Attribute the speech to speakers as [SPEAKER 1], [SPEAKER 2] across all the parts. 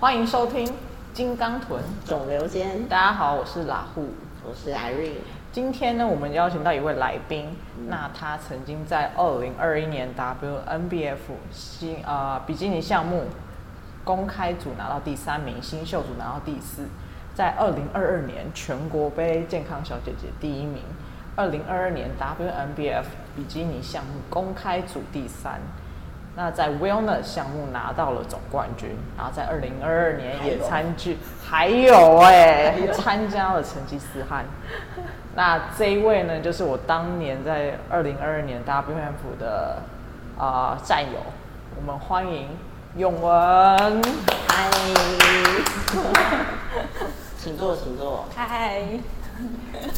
[SPEAKER 1] 欢迎收听《金刚臀》。
[SPEAKER 2] 肿瘤间，
[SPEAKER 1] 大家好，我是拉户。
[SPEAKER 2] 我是 Irene。
[SPEAKER 1] 今天呢，我们邀请到一位来宾，那他曾经在二零二一年 WNBF 新呃比基尼项目公开组拿到第三名，新秀组拿到第四，在二零二二年全国杯健康小姐姐第一名，二零二二年 WNBF 比基尼项目公开组第三。那在 Wellness 项目拿到了总冠军，然后在二零二二年也参具，还有哎、参加了成吉思汗。那这一位呢，就是我当年在二零二二年 WF 的啊、呃战友，我们欢迎永文。
[SPEAKER 2] 嗨， 请坐，请坐。
[SPEAKER 3] 嗨，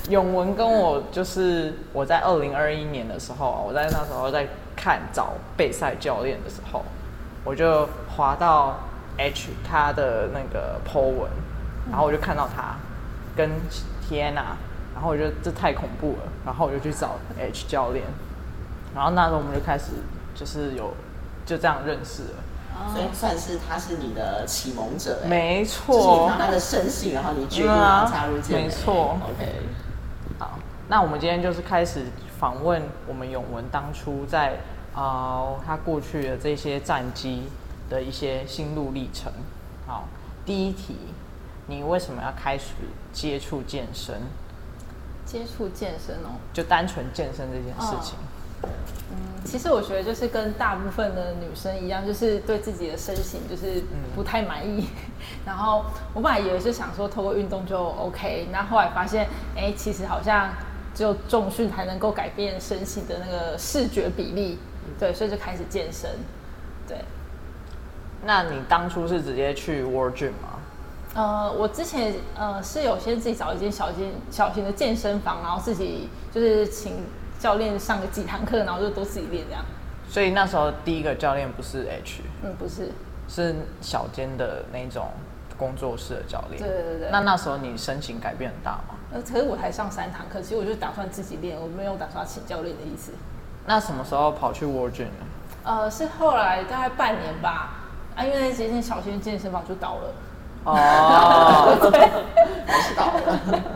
[SPEAKER 1] 永文跟我就是我在二零二一年的时候，啊我在那时候在看找备赛教练的时候，我就滑到 H 他的那个 po 文，然后我就看到他跟 Tiana，然后我觉得这太恐怖了，然后我就去找 H 教练，然后那时候我们就开始就是有就这样认识了，
[SPEAKER 2] 所以算是他是你的启蒙者、欸，
[SPEAKER 1] 没
[SPEAKER 2] 就是你
[SPEAKER 1] 错
[SPEAKER 2] 看。他的身信，然后你决定
[SPEAKER 1] 嗯啊
[SPEAKER 2] 要加入健美。
[SPEAKER 1] 没错
[SPEAKER 2] OK，
[SPEAKER 1] 好，那我们今天就是开始访问我们永文当初在呃他过去的这些战绩的一些心路历程。好，第一题，你为什么要开始接触健身？
[SPEAKER 3] 接触健身哦。
[SPEAKER 1] 就单纯健身这件事情，
[SPEAKER 3] 其实我觉得就是跟大部分的女生一样，就是对自己的身形就是不太满意。 然后我本来以为是想说透过运动就 OK，那后来发现，哎，其实好像只有重训才能够改变身形的那个视觉比例。对，所以就开始健身。对，
[SPEAKER 1] 那你当初是直接去 World Gym 吗？
[SPEAKER 3] 呃，我之前呃是有先自己找一间小间小型的健身房，然后自己就是请教练上个几堂课，然后就都自己练这样。
[SPEAKER 1] 所以那时候第一个教练不是 H，
[SPEAKER 3] 嗯，不是，
[SPEAKER 1] 是小间的那种工作室的教练。
[SPEAKER 3] 对对对
[SPEAKER 1] 那那时候你身形改变很大吗？
[SPEAKER 3] 呃，可是我才上三堂课，其实我就打算自己练，我没有打算请教练的意思。
[SPEAKER 1] 那什么时候跑去 World Gym 呢？
[SPEAKER 3] 呃，是后来大概半年吧，啊，因为那间小型健身房就倒了，
[SPEAKER 1] 哦，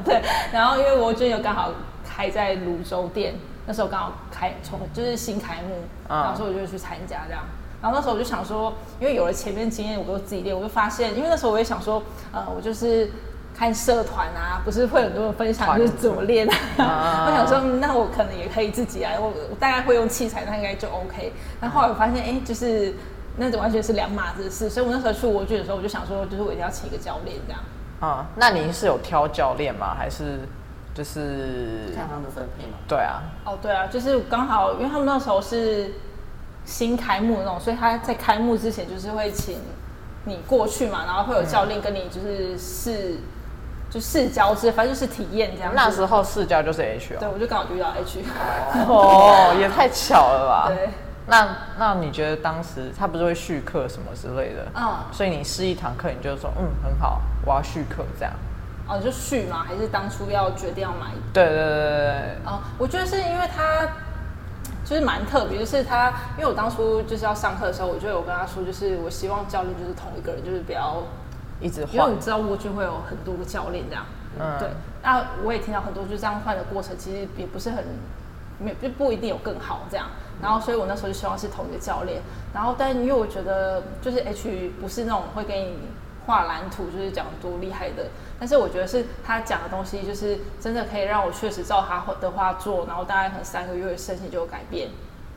[SPEAKER 3] 对，然后因为我就有刚好开在泸州店，那时候刚好开从就是新开幕，
[SPEAKER 1] 嗯
[SPEAKER 3] 然后所以我就去参加这样。然后那时候我就想说，因为有了前面经验，我都自己练，我就发现，因为那时候我也想说，呃，我就是看社团啊，不是会很多人分享
[SPEAKER 1] 团
[SPEAKER 3] 就是怎么练啊，
[SPEAKER 1] 啊
[SPEAKER 3] 我想说，嗯那我可能也可以自己来，我我大概会用器材，那应该就 OK。然后后来我发现，哎，就是那种完全是两码子的事，所以我那时候去蜗居的时候，我就想说，就是我一定要请一个教练这样。
[SPEAKER 1] 啊，那你是有挑教练吗？还是就是
[SPEAKER 2] 看他们分配嘛。
[SPEAKER 1] 对啊，
[SPEAKER 3] 哦，对啊，就是刚好，因为他们那时候是新开幕那种，所以他在开幕之前就是会请你过去嘛，然后会有教练跟你就是试，就试教之类，反正就是体验这样子。
[SPEAKER 1] 那时候试教就是 H
[SPEAKER 3] 对，
[SPEAKER 1] 哦，
[SPEAKER 3] 我就刚好遇到 H，、
[SPEAKER 1] 哦，也太巧了吧？
[SPEAKER 3] 对，
[SPEAKER 1] 那那你觉得当时他不是会续课什么之类的？
[SPEAKER 3] 嗯，
[SPEAKER 1] 所以你试一堂课，你就说嗯很好，我要续课这样。
[SPEAKER 3] 哦，就续嘛，还是当初要决定要买
[SPEAKER 1] 对对对对
[SPEAKER 3] 哦，我觉得是因为他就是蛮特别，就是他，因为我当初就是要上课的时候，我就有跟他说，就是我希望教练就是同一个人，就是不要，
[SPEAKER 1] 对，一直
[SPEAKER 3] 因为
[SPEAKER 1] 换
[SPEAKER 3] 你知道蜗居会有很多个教练这样，
[SPEAKER 1] 嗯
[SPEAKER 3] 对。那我也听到很多就这样换的过程，其实也不是很，没就不一定有更好这样。然后，所以我那时候就希望是同一个教练。然后，但因为我觉得就是 H 不是那种会给你画蓝图，就是讲多厉害的。但是我觉得是他讲的东西，就是真的可以让我确实照他的话做，然后大概可能三个月身体就有改变，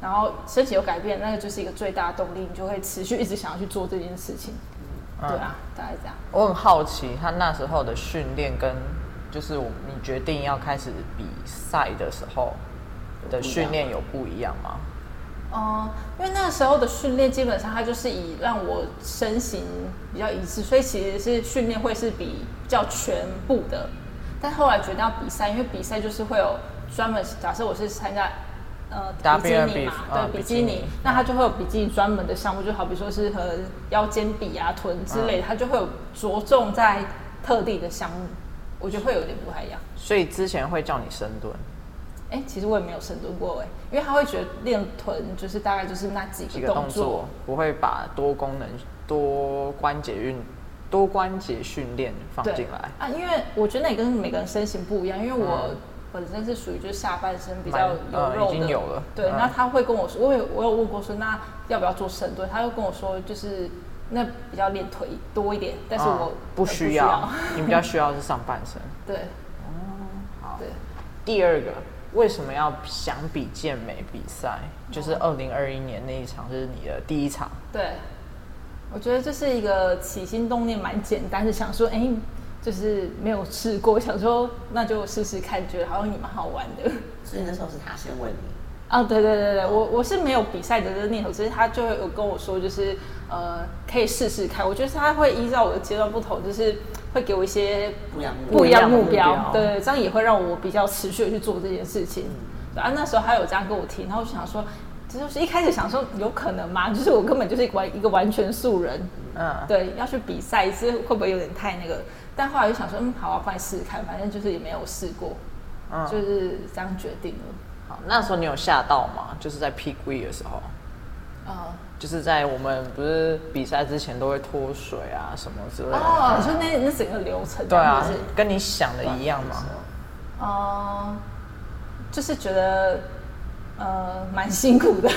[SPEAKER 3] 然后身体有改变，那个就是一个最大的动力，你就会持续一直想要去做这件事情。对啊，大概这样。
[SPEAKER 1] 我很好奇他那时候的训练跟就是我你决定要开始比赛的时候的训练有不一样吗？
[SPEAKER 3] 哦、因为那时候的训练基本上它就是以让我身形比较一致，所以其实是训练会是比较全部的。但后来决定要比赛，因为比赛就是会有专门，假设我是参加呃比基
[SPEAKER 1] WNBF
[SPEAKER 3] 尼嘛，
[SPEAKER 1] 啊
[SPEAKER 3] 对
[SPEAKER 1] 比
[SPEAKER 3] 比
[SPEAKER 1] 基
[SPEAKER 3] 基
[SPEAKER 1] 尼
[SPEAKER 3] 尼，那它就会有比基尼专门的项目，就好比说是和腰间比啊、臀之类的，它就会有着重在特定的项目，我觉得会有点不太一样。
[SPEAKER 1] 所以之前会叫你深蹲，
[SPEAKER 3] 哎、其实我也没有深蹲过哎、因为他会觉得练臀就是大概就是那几
[SPEAKER 1] 几
[SPEAKER 3] 个
[SPEAKER 1] 个
[SPEAKER 3] 动
[SPEAKER 1] 动
[SPEAKER 3] 作
[SPEAKER 1] 作，不会把多功能、多关节运多关节训练放进来，嗯
[SPEAKER 3] 啊，因为我觉得那跟每个人身形不一样，因为我本身是属于就是下半身比
[SPEAKER 1] 蛮
[SPEAKER 3] 较有
[SPEAKER 1] 呃
[SPEAKER 3] 肉的，
[SPEAKER 1] 已经有了
[SPEAKER 3] 对，
[SPEAKER 1] 嗯
[SPEAKER 3] 那他会跟我说，我有我有问过说那要不要做深蹲，他又跟我说就是那比较练腿多一点，但是
[SPEAKER 1] 嗯
[SPEAKER 3] 我
[SPEAKER 1] 不
[SPEAKER 3] 很
[SPEAKER 1] 需
[SPEAKER 3] 需要，
[SPEAKER 1] 你比较需要是上半 身。
[SPEAKER 3] 对，
[SPEAKER 1] 好
[SPEAKER 3] 对，
[SPEAKER 1] 第二个，为什么要想比健美比赛？就是二零二一年那一场是你的第一场，
[SPEAKER 3] 对，我觉得这是一个起心动念蛮简单的，想说，哎，就是没有试过，想说那就试试看，觉得好像也蛮好玩的。
[SPEAKER 2] 所以那时候是他先问你，
[SPEAKER 3] 啊，对对对对，我我是没有比赛的这个念头，只是他就有跟我说，就是呃，可以试试看。我觉得他会依照我的阶段不同，就是会给我一些
[SPEAKER 2] 不一样目标
[SPEAKER 3] 不一样的目
[SPEAKER 1] 不一样的
[SPEAKER 3] 标
[SPEAKER 1] 目标，
[SPEAKER 3] 对，这样也会让我比较持续的去做这件事情。对啊，那时候他有这样跟我提，然后我就想说，这就是一开始想说有可能吗？ 就是我根本就是一个完一个完全素人，
[SPEAKER 1] 嗯，
[SPEAKER 3] 对，要去比赛一次会不会有点太那个？但后来就想说，嗯，好啊，不然试试看，反正就是也没有试过，
[SPEAKER 1] 嗯
[SPEAKER 3] 就是这样决定了。
[SPEAKER 1] 好，那时候你有吓到吗？就是在 peak week 的时候，
[SPEAKER 3] 呃，
[SPEAKER 1] 就是在我们不是比赛之前都会脱水啊什么之类的，
[SPEAKER 3] 哦，你说那那整个流程
[SPEAKER 1] 对啊
[SPEAKER 3] 就是，
[SPEAKER 1] 跟你想的一样吗？
[SPEAKER 3] 哦、就是觉得呃蛮辛苦的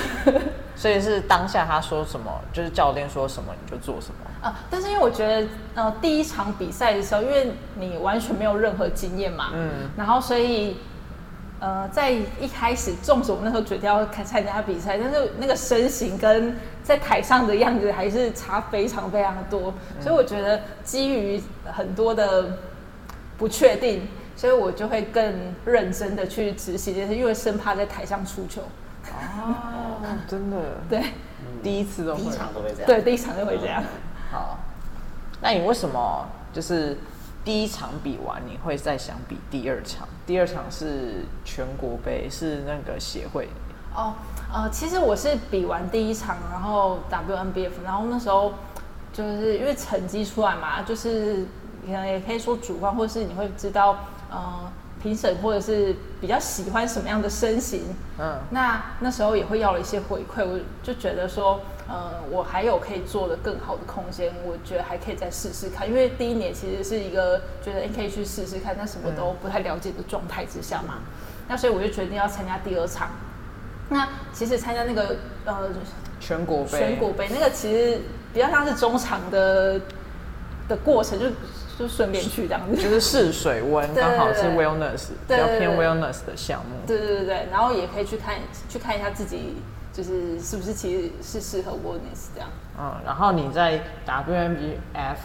[SPEAKER 1] 所以是当下他说什么，就是教练说什么你就做什么。
[SPEAKER 3] 啊，但是因为我觉得呃第一场比赛的时候，因为你完全没有任何经验嘛，
[SPEAKER 1] 嗯
[SPEAKER 3] 然后所以。呃，在一开始，纵使我那时候决定要参参加比赛，但是那个身形跟在台上的样子还是差非常非常多，所以我觉得基于很多的不确定，所以我就会更认真的去执行这些，因为生怕在台上出糗。
[SPEAKER 1] 哦，真的，
[SPEAKER 3] 对
[SPEAKER 1] 第一次都
[SPEAKER 2] 第一
[SPEAKER 1] 会。
[SPEAKER 2] 场都会这样，
[SPEAKER 3] 对，第一场就会这样。
[SPEAKER 1] 好，那你为什么就是第一场比完，你会再想比第二场？第二场是全国杯，是那个协会。
[SPEAKER 3] 哦，呃，其实我是比完第一场，然后 WNBF，然后那时候就是因为成绩出来嘛，就是可能也可以说主观，或是你会知道，呃，评审或者是比较喜欢什么样的身形，
[SPEAKER 1] 嗯，
[SPEAKER 3] 那那时候也会要了一些回馈，我就觉得说，呃，我还有可以做的更好的空间，我觉得还可以再试试看，因为第一年其实是一个觉得诶可以去试试看，但什么都不太了解的状态之下嘛，那所以我就决定要参加第二场。那其实参加那个呃
[SPEAKER 1] 全国杯。
[SPEAKER 3] 全国杯那个其实比较像是中场的的过程，就就顺便去这样子，
[SPEAKER 1] 就是试水温，
[SPEAKER 3] 对
[SPEAKER 1] 刚好是
[SPEAKER 3] 对对
[SPEAKER 1] wellness，比
[SPEAKER 3] 对
[SPEAKER 1] 较
[SPEAKER 3] 对
[SPEAKER 1] 偏
[SPEAKER 3] 对
[SPEAKER 1] wellness 的项目。
[SPEAKER 3] 对对对对，然后也可以去看去看一下自己，就是是不是其实是适合 wellness 这样。
[SPEAKER 1] 嗯，然后你在 WMBF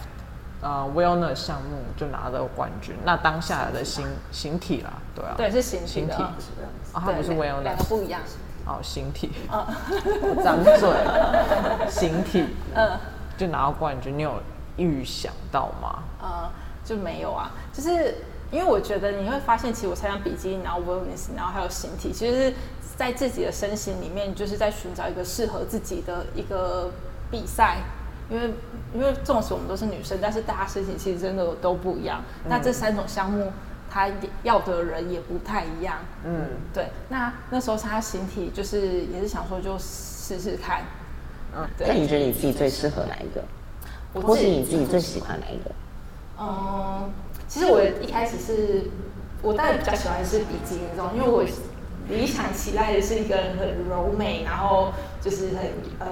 [SPEAKER 1] 呃 wellness 项目就拿到冠军，那当下的形形体啦，对啊，
[SPEAKER 3] 对，是形体
[SPEAKER 1] 形
[SPEAKER 3] 的。
[SPEAKER 1] 体
[SPEAKER 3] 嗯
[SPEAKER 2] 是这样子。
[SPEAKER 1] 啊，它不是
[SPEAKER 3] 对啊两两个
[SPEAKER 1] wellness，
[SPEAKER 3] 不一样。
[SPEAKER 1] 哦，形体， 我张 嘴，形体，
[SPEAKER 3] 嗯
[SPEAKER 1] 就拿到冠军，你有预想到吗？
[SPEAKER 3] 呃，就没有啊，就是因为我觉得你会发现，其实我参加比基尼，然后 wellness，然后还有形体，其实是在自己的身形里面，就是在寻找一个适合自己的一个比赛。因为因为纵使我们都是女生，但是大家身形其实真的都不一样。那
[SPEAKER 2] 嗯
[SPEAKER 3] 这三种项目，它要的人也不太一样。
[SPEAKER 1] 嗯，
[SPEAKER 3] 对，那那时候参加形体，就是也是想说就试试看。嗯，
[SPEAKER 2] 那
[SPEAKER 3] 对，
[SPEAKER 2] 你觉得你自己最适合哪一个？
[SPEAKER 3] 我
[SPEAKER 2] 或
[SPEAKER 3] 自
[SPEAKER 2] 是
[SPEAKER 3] 己
[SPEAKER 2] 你自己最喜欢哪一个？
[SPEAKER 3] 嗯，其实我一开始是，我当然比较喜欢是比基尼这种，因为我理想期待的是一个人很柔美，然后就是很呃，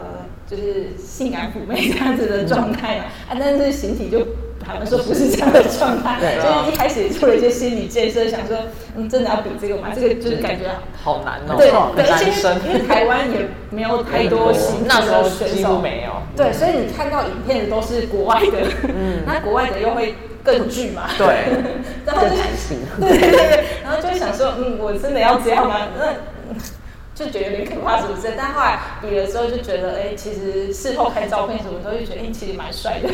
[SPEAKER 3] 就是性感妩媚这样子的状态嘛。啊，但是形体就好像说不是这样的状态，
[SPEAKER 2] 对
[SPEAKER 3] 所以一开始也做了一些心理建设，想说，嗯，真的要比这个吗？这个就是感觉。
[SPEAKER 1] 好难哦，
[SPEAKER 3] 对对，
[SPEAKER 1] 男生
[SPEAKER 3] 因为因为台湾也没有太多形体
[SPEAKER 1] 那时候
[SPEAKER 3] 的选手，
[SPEAKER 1] 几乎没有，
[SPEAKER 3] 对，所以你看到影片的都是国外的，嗯，那国外的又会更巨嘛，
[SPEAKER 1] 对，
[SPEAKER 3] 然后就
[SPEAKER 2] 更弹性
[SPEAKER 3] 对对对对，然后就会想说，嗯，我真的要这样吗？那嗯就觉得有点可怕，是不是？但后来比了之后就觉得，哎、其实事后看照片什么都会觉得，哎、其实蛮帅的。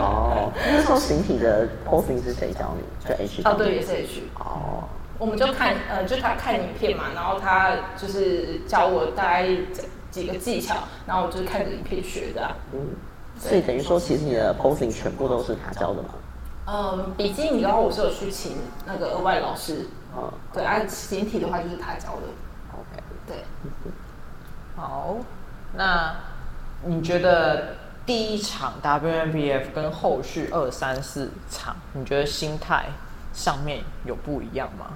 [SPEAKER 2] 哦，那时候形体的 posing 是谁教你？就 H
[SPEAKER 3] 哦，对，也是 H。
[SPEAKER 2] 哦，
[SPEAKER 3] 我们就看呃，就他看影片嘛，然后他就是教我大概几个技巧，然后我就是看着影片学的啊、
[SPEAKER 2] 所以等于说，其实你的 posing 全部都是他教的嘛？
[SPEAKER 3] 嗯，比基尼的话，我是有去请那个额外老师，
[SPEAKER 2] 嗯
[SPEAKER 3] 对，按形体的话就是他教的，
[SPEAKER 2] ，OK。
[SPEAKER 3] 对。
[SPEAKER 1] 好，那你觉得第一场 WNBF 跟后续二三四场，你觉得心态上面有不一样 吗？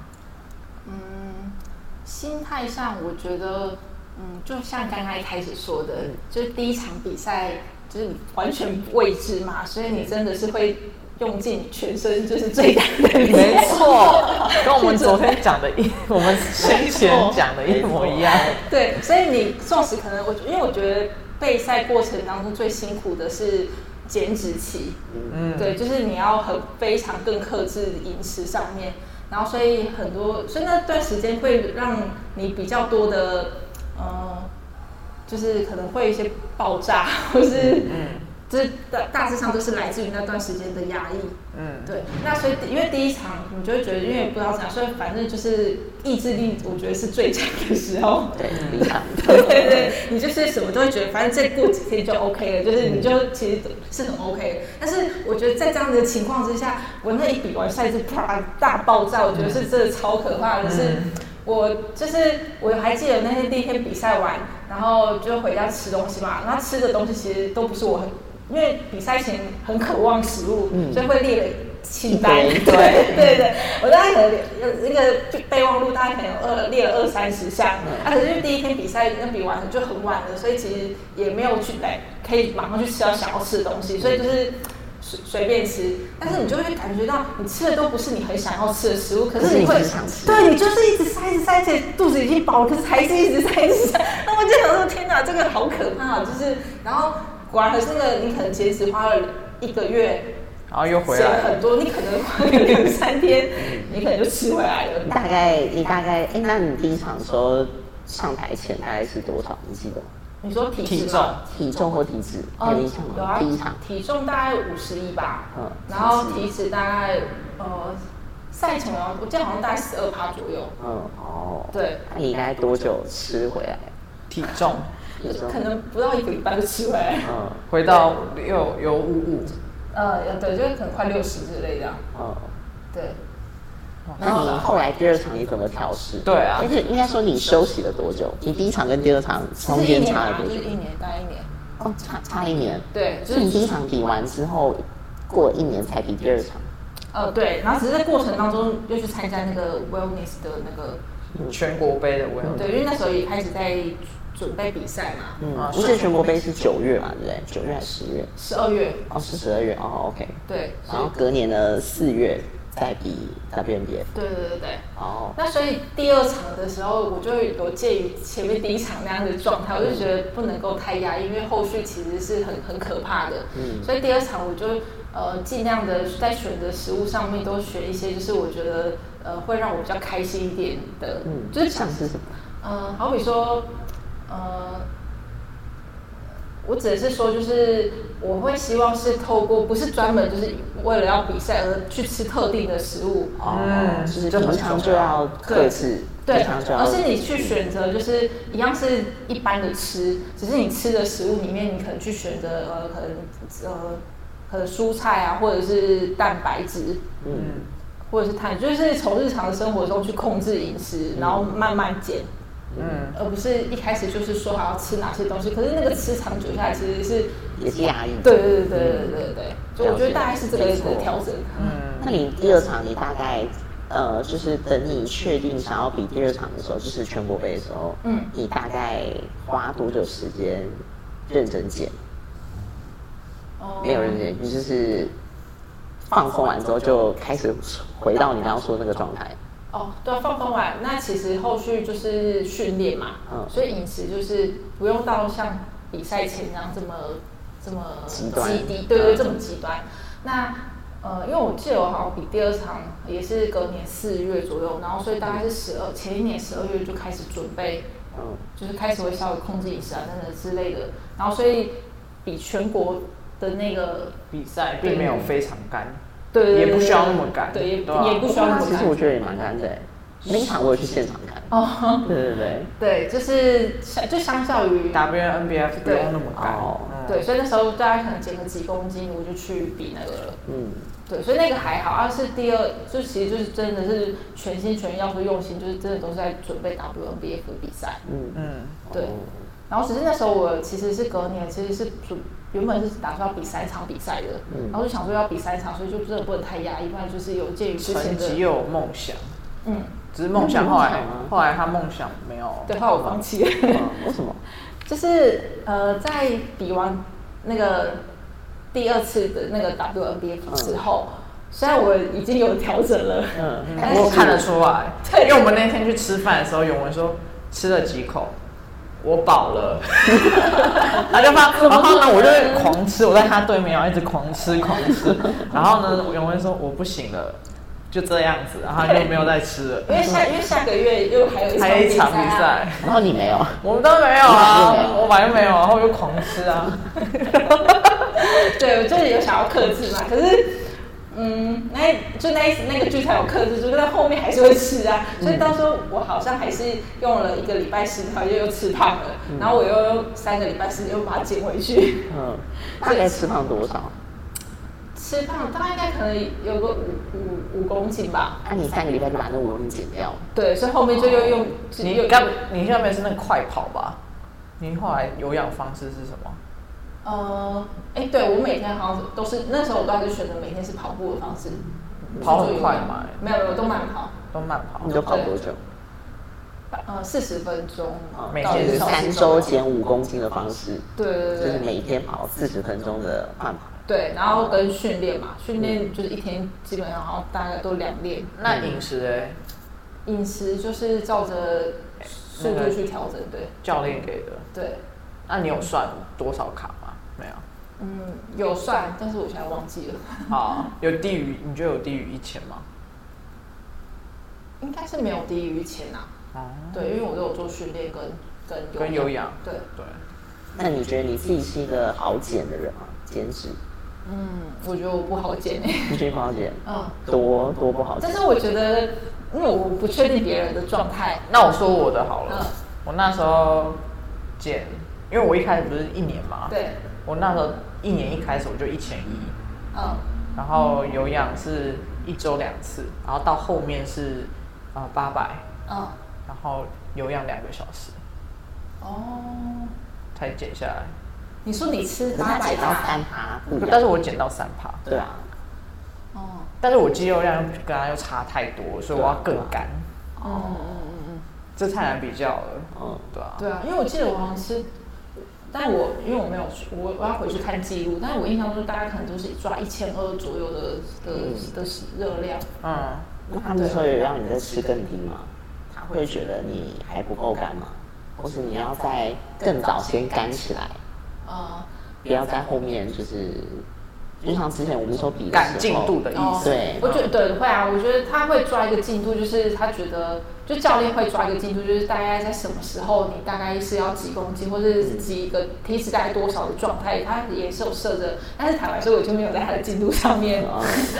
[SPEAKER 3] 心态上，我觉得，嗯，就像刚刚一开始说的，就是第一场比赛就是你完全未知嘛，所以你真的是会用尽全身就是最大的力量。
[SPEAKER 1] 没错，跟我们昨天讲的 一，我们先前讲的一模一样。
[SPEAKER 3] 对，所以你纵使可能我，因为我觉得备赛过程当中最辛苦的是减脂期，
[SPEAKER 1] 嗯，
[SPEAKER 3] 对，就是你要很非常更克制饮食上面，然后所以很多，所以那段时间会让你比较多的，呃，就是可能会有一些爆炸，或是
[SPEAKER 1] 嗯
[SPEAKER 3] 就是大大致上都是来自于那段时间的压力。
[SPEAKER 1] 嗯，
[SPEAKER 3] 对，那所以因为第一场你就会觉得，因为不知道怎样，所以反正就是意志力，我觉得是最强的时候。
[SPEAKER 2] 对，离场。
[SPEAKER 3] 对对对，你就是什么都会觉得，反正再过几天就 OK 了，就是你就其实是很 OK 的。但是我觉得在这样的情况之下，我那一比完赛是啪大爆炸，我觉得
[SPEAKER 2] 嗯
[SPEAKER 3] 是真的超可怕的。是
[SPEAKER 1] 嗯
[SPEAKER 3] 我就是我还记得那天第一天比赛完，然后就回家吃东西嘛，然后吃的东西其实都不是我很，因为比赛前很渴望食物，
[SPEAKER 2] 嗯
[SPEAKER 3] 所以会列了清单。
[SPEAKER 2] 一堆
[SPEAKER 3] 对对对，我大概可能有呃那个备忘录大概可能有二列了二三十项，
[SPEAKER 2] 嗯
[SPEAKER 3] 啊，可是因为第一天比赛那呃比完就很晚了，所以其实也没有去来可以马上去吃到想要吃的东西，所以就是随随便吃，但是你就会感觉到你吃的都不是你很想要吃的食物，可
[SPEAKER 2] 可
[SPEAKER 3] 是
[SPEAKER 2] 是
[SPEAKER 3] 你
[SPEAKER 2] 你
[SPEAKER 3] 会
[SPEAKER 2] 很想吃
[SPEAKER 3] 对你就是一直塞一直塞，而且肚子已经饱了，可是还是一直塞一直塞，那我就想说天哪，这个好可怕，就是然后果然还是那个你可能节食花了一个月。
[SPEAKER 1] 然后又回
[SPEAKER 3] 减
[SPEAKER 1] 来了。嗯
[SPEAKER 3] 很多，你可能花个两三天，你可能就吃回来了。
[SPEAKER 2] 大概你大概，哎，那你第一场的时候上台前大概是多少？你记得吗？
[SPEAKER 3] 你说体
[SPEAKER 1] 体
[SPEAKER 3] 脂
[SPEAKER 1] 重
[SPEAKER 3] 吗？
[SPEAKER 2] 体重或体脂？
[SPEAKER 3] 哦
[SPEAKER 2] 有印象
[SPEAKER 3] 有
[SPEAKER 2] 吗？
[SPEAKER 3] 啊，
[SPEAKER 2] 第一场，
[SPEAKER 3] 体重大概五十一吧，
[SPEAKER 2] 嗯
[SPEAKER 3] 然后体脂大概呃赛程啊，我记得好像大概十二趴左右，
[SPEAKER 2] 嗯，哦，
[SPEAKER 3] 对，
[SPEAKER 2] 那你大概多久吃回来？
[SPEAKER 1] 体重
[SPEAKER 2] 有时候
[SPEAKER 3] 可能不到一个礼拜就吃回来，
[SPEAKER 2] 嗯
[SPEAKER 1] 回到六有五五，
[SPEAKER 3] 呃，对，就是可能快六十之类的，
[SPEAKER 2] 嗯，
[SPEAKER 3] 对。
[SPEAKER 2] 哦那你后来第二场你怎么调试？
[SPEAKER 1] 对啊
[SPEAKER 2] 而且应该说你休息了多久？你第一场跟第二场中间差了
[SPEAKER 3] 就
[SPEAKER 2] 多
[SPEAKER 3] 是一
[SPEAKER 2] 久
[SPEAKER 3] 年吧一？一年大概一年，
[SPEAKER 2] 哦，差差一年。
[SPEAKER 3] 对，就
[SPEAKER 2] 所以你
[SPEAKER 3] 是
[SPEAKER 2] 第一场比完之后，过了一年才比第二场。
[SPEAKER 3] 呃对，然后只是在过程当中又去参加那个 wellness 的那个
[SPEAKER 1] 全国杯的我有。
[SPEAKER 3] 对，因为那时候也开始在准备比赛嘛，
[SPEAKER 2] 嗯
[SPEAKER 1] 啊，
[SPEAKER 2] 不是全国杯是九月嘛，对不对？九月还是十月？
[SPEAKER 3] 十二月，
[SPEAKER 2] 哦，是十二月哦，OK。
[SPEAKER 3] 对，
[SPEAKER 2] 然
[SPEAKER 3] 所以
[SPEAKER 2] 后隔年的四月再比 WNBA。
[SPEAKER 3] 对对对对。
[SPEAKER 2] 哦，
[SPEAKER 3] 那所以第二场的时候，我就有介于前面第一场那样的状态，我就觉得不能够太压抑，因为后续其实是很很可怕的。
[SPEAKER 2] 嗯
[SPEAKER 3] 所以第二场我就呃尽量的在选择食物上面都选一些，就是我觉得呃会让我比较开心一点的，
[SPEAKER 2] 嗯，
[SPEAKER 3] 就是想
[SPEAKER 2] 像是什么？
[SPEAKER 3] 嗯，好比说，呃，我只是说，就是我会希望是透过不是专门就是为了要比赛而去吃特定的食物，
[SPEAKER 2] 哦，
[SPEAKER 1] 嗯
[SPEAKER 2] 就是
[SPEAKER 1] 这很
[SPEAKER 2] 平常
[SPEAKER 1] 重
[SPEAKER 2] 就
[SPEAKER 1] 要
[SPEAKER 2] 要克制，
[SPEAKER 3] 对，
[SPEAKER 2] 平常就要
[SPEAKER 3] 而是你去选择就是一样是一般的吃，只是你吃的食物里面你可能去选择呃可能呃可能蔬菜啊，或者是蛋白质，
[SPEAKER 1] 嗯，
[SPEAKER 3] 或者是碳，就是从日常生活中去控制饮食，然后慢慢减。
[SPEAKER 1] 嗯，
[SPEAKER 3] 而不是一开始就是说好要吃哪些东西，可是那个吃长久下来其实是，
[SPEAKER 2] 也是压抑。
[SPEAKER 3] 对对对对对对嗯对，就我觉得大概是这个
[SPEAKER 2] 没
[SPEAKER 3] 的
[SPEAKER 2] 错
[SPEAKER 3] 调整。
[SPEAKER 2] 那你第二场你大概呃，就是等你确定想要比第二场的时候，就是全国杯的时候，
[SPEAKER 3] 嗯
[SPEAKER 2] 你大概花多久时间认真减？
[SPEAKER 3] 哦
[SPEAKER 2] 没有认真减，你就是放松完之后就开始回到你刚刚说的那个状态。
[SPEAKER 3] 哦，对啊，放风完，那其实后续就是训练嘛，
[SPEAKER 2] 嗯
[SPEAKER 3] 所以饮食就是不用到像比赛前那样这么这么
[SPEAKER 2] 极端
[SPEAKER 3] 低，对对，
[SPEAKER 2] 嗯
[SPEAKER 3] 这么极端。那呃，因为我记得我好像比第二场也是隔年四月左右，然后所以大概是十二前一年十二月就开始准备
[SPEAKER 2] 嗯，
[SPEAKER 3] 就是开始会稍微控制饮食啊等等之类的，然后所以比全国的那个
[SPEAKER 1] 比赛并没有非常干，
[SPEAKER 3] 对对对
[SPEAKER 1] 也不
[SPEAKER 3] 对
[SPEAKER 1] 需要
[SPEAKER 3] 对
[SPEAKER 1] 那么赶
[SPEAKER 3] 对也
[SPEAKER 1] 对啊
[SPEAKER 3] 也不需要那
[SPEAKER 2] 那
[SPEAKER 3] 么
[SPEAKER 2] 其实
[SPEAKER 3] 赶
[SPEAKER 2] 我觉得也蛮干的欸。那一场我也去现场看，
[SPEAKER 3] 哦，
[SPEAKER 2] 对对对，
[SPEAKER 3] 对，就是相就相较于
[SPEAKER 1] WNBF 不用那么干。
[SPEAKER 2] 哦
[SPEAKER 1] 嗯
[SPEAKER 3] 对，所以那时候大概可能减个几公斤，我就去比那个了。
[SPEAKER 2] 嗯，
[SPEAKER 3] 对，所以那个还好，而、啊是第二，就其实就是真的是全心全意，要说用心，就是真的都是在准备 WNBF 比赛。
[SPEAKER 1] 嗯，
[SPEAKER 3] 对
[SPEAKER 2] 哦
[SPEAKER 3] 然后只是那时候我其实是隔年，其实是准原本是打算要比三场比赛的，然后就想说要比三场，所以就真的不能太压抑，不然就是有鉴于之前
[SPEAKER 1] 成绩
[SPEAKER 3] 的，
[SPEAKER 1] 又有梦想，
[SPEAKER 3] 嗯，
[SPEAKER 1] 只是梦想后来
[SPEAKER 2] 梦想啊
[SPEAKER 1] 后来他梦想没有，
[SPEAKER 3] 对，后来我放弃了。
[SPEAKER 2] 嗯为什么？
[SPEAKER 3] 就是呃，在比完那个第二次的那个 WNBF 之后，虽然我已经有调整了，
[SPEAKER 2] 嗯，
[SPEAKER 3] 哎
[SPEAKER 1] 我看得出 来，因
[SPEAKER 3] 对
[SPEAKER 1] 为我们那天去吃饭的时候，永文说吃了几口，我饱了， 他就发，然后呢，我就狂吃，我在他对面，然后哦一直狂吃狂 吃，然后呢，永文说我不行了，就这样子，然后他就没有再吃了，
[SPEAKER 3] 因为下因为下个月又还有一场
[SPEAKER 1] 还有一场
[SPEAKER 3] 比
[SPEAKER 1] 比
[SPEAKER 3] 啊，
[SPEAKER 1] 赛，
[SPEAKER 2] 然后你没有，
[SPEAKER 1] 我们都没有
[SPEAKER 2] 我
[SPEAKER 1] 啊
[SPEAKER 2] 没有，
[SPEAKER 1] 我反正没有，然后我就狂吃啊，
[SPEAKER 3] 对，我就是有想要克制嘛，可是。嗯，那就那一次那个聚餐有克制住，但后面还是会吃啊，
[SPEAKER 1] 嗯
[SPEAKER 3] 所以到时候我好像还是用了一个礼拜十条，又又吃胖了，
[SPEAKER 1] 嗯
[SPEAKER 3] 然后我又用三个礼拜时间又把它减回去。
[SPEAKER 2] 嗯，大概吃胖多少？
[SPEAKER 3] 吃胖大概应该可能有个五五五公斤吧。
[SPEAKER 2] 那、你三个礼拜就把那五公斤减掉，
[SPEAKER 3] 对，所以后面就又用，就
[SPEAKER 1] 哦
[SPEAKER 3] 又
[SPEAKER 1] 你刚你下面是那个快跑吧？你后来有氧方式是什么？
[SPEAKER 3] 呃，哎、对我每天好像都是那时候我都还是选择每天是跑步的方式，
[SPEAKER 1] 跑很快嘛，
[SPEAKER 3] 没有没有都慢跑，
[SPEAKER 1] 都慢跑
[SPEAKER 2] 你。就跑多久？
[SPEAKER 3] 呃，四十分钟
[SPEAKER 2] 嗯，
[SPEAKER 1] 每
[SPEAKER 3] 到
[SPEAKER 1] 天
[SPEAKER 3] 一
[SPEAKER 2] 就是
[SPEAKER 3] 个小时
[SPEAKER 2] 三
[SPEAKER 3] 左
[SPEAKER 2] 周
[SPEAKER 3] 右，
[SPEAKER 2] 减五公斤的方式，
[SPEAKER 3] 对对
[SPEAKER 2] 就是
[SPEAKER 3] 对对
[SPEAKER 2] 每天跑四十分钟的慢跑。
[SPEAKER 3] 对，然后跟训练嘛，训练就是一天基本上好像大概都两练，
[SPEAKER 1] 那饮食哎，
[SPEAKER 3] 饮食就是照着速度去调整，对
[SPEAKER 1] 教练给的，
[SPEAKER 3] 对，
[SPEAKER 1] 那你有算多少卡吗？没 有。
[SPEAKER 3] 嗯，有算，但是我现在忘记了，
[SPEAKER 1] 好，有低于你觉得有低于一千吗？
[SPEAKER 3] 应该是没有低于前啊，
[SPEAKER 1] 哦，
[SPEAKER 3] 对，因为我都有做训练跟跟
[SPEAKER 1] 跟有氧
[SPEAKER 3] 对，
[SPEAKER 1] 对，
[SPEAKER 2] 那你觉得你自己是一个好减的人吗？减脂，
[SPEAKER 3] 嗯，我觉得我不好减 诶、
[SPEAKER 2] 你觉得不好减？
[SPEAKER 3] 嗯，
[SPEAKER 2] 多多不好减
[SPEAKER 3] 但？是我觉得，因为我不确定别人的状态，
[SPEAKER 1] 那我说我的好了
[SPEAKER 3] 嗯，
[SPEAKER 1] 我那时候减，因为我一开始不是一年嘛，
[SPEAKER 3] 对，
[SPEAKER 1] 我那时候一年一开始我就一千一，
[SPEAKER 3] 嗯，
[SPEAKER 1] 然后有氧是一周两次，然后到后面是呃八百，
[SPEAKER 3] 嗯，
[SPEAKER 1] 然后有氧两个小时
[SPEAKER 3] 哦，
[SPEAKER 1] 才减下来，
[SPEAKER 3] 你说你吃
[SPEAKER 2] 可是他
[SPEAKER 3] 八百
[SPEAKER 2] 减到
[SPEAKER 3] 卡，
[SPEAKER 2] 三趴，不一
[SPEAKER 1] 但
[SPEAKER 2] 样。
[SPEAKER 1] 是我减到三趴，
[SPEAKER 2] 对啊，
[SPEAKER 3] 哦，
[SPEAKER 1] 但是我肌肉量跟他又差太多，所以我要更干，
[SPEAKER 2] 啊
[SPEAKER 3] 哦，
[SPEAKER 1] 这太难比较了，
[SPEAKER 2] 嗯，
[SPEAKER 1] 对啊，
[SPEAKER 3] 对啊，因为我记得我好像吃，但我因为我没有去，我我要回去看记录，但我印象中大概可能就是抓一千二左右的的的热量，
[SPEAKER 1] 嗯，
[SPEAKER 2] 那他们说有让你再吃更低吗？他会觉得你还不够干吗？或是你要在更早先干起来，
[SPEAKER 3] 呃，
[SPEAKER 2] 不要在后面就是，就像之前我们说比的时候
[SPEAKER 1] 赶进度的意
[SPEAKER 3] 哦
[SPEAKER 1] 思，，
[SPEAKER 2] 对
[SPEAKER 3] 我觉得对会啊，我觉得他会抓一个进度，就是他觉得就教练会抓一个进度，就是大概在什么时候你大概是要几公斤，或是几个体脂大概多少的状态，他也是有设着。但是坦白说，我就没有在他的进度上面，
[SPEAKER 1] 哦
[SPEAKER 2] 嗯，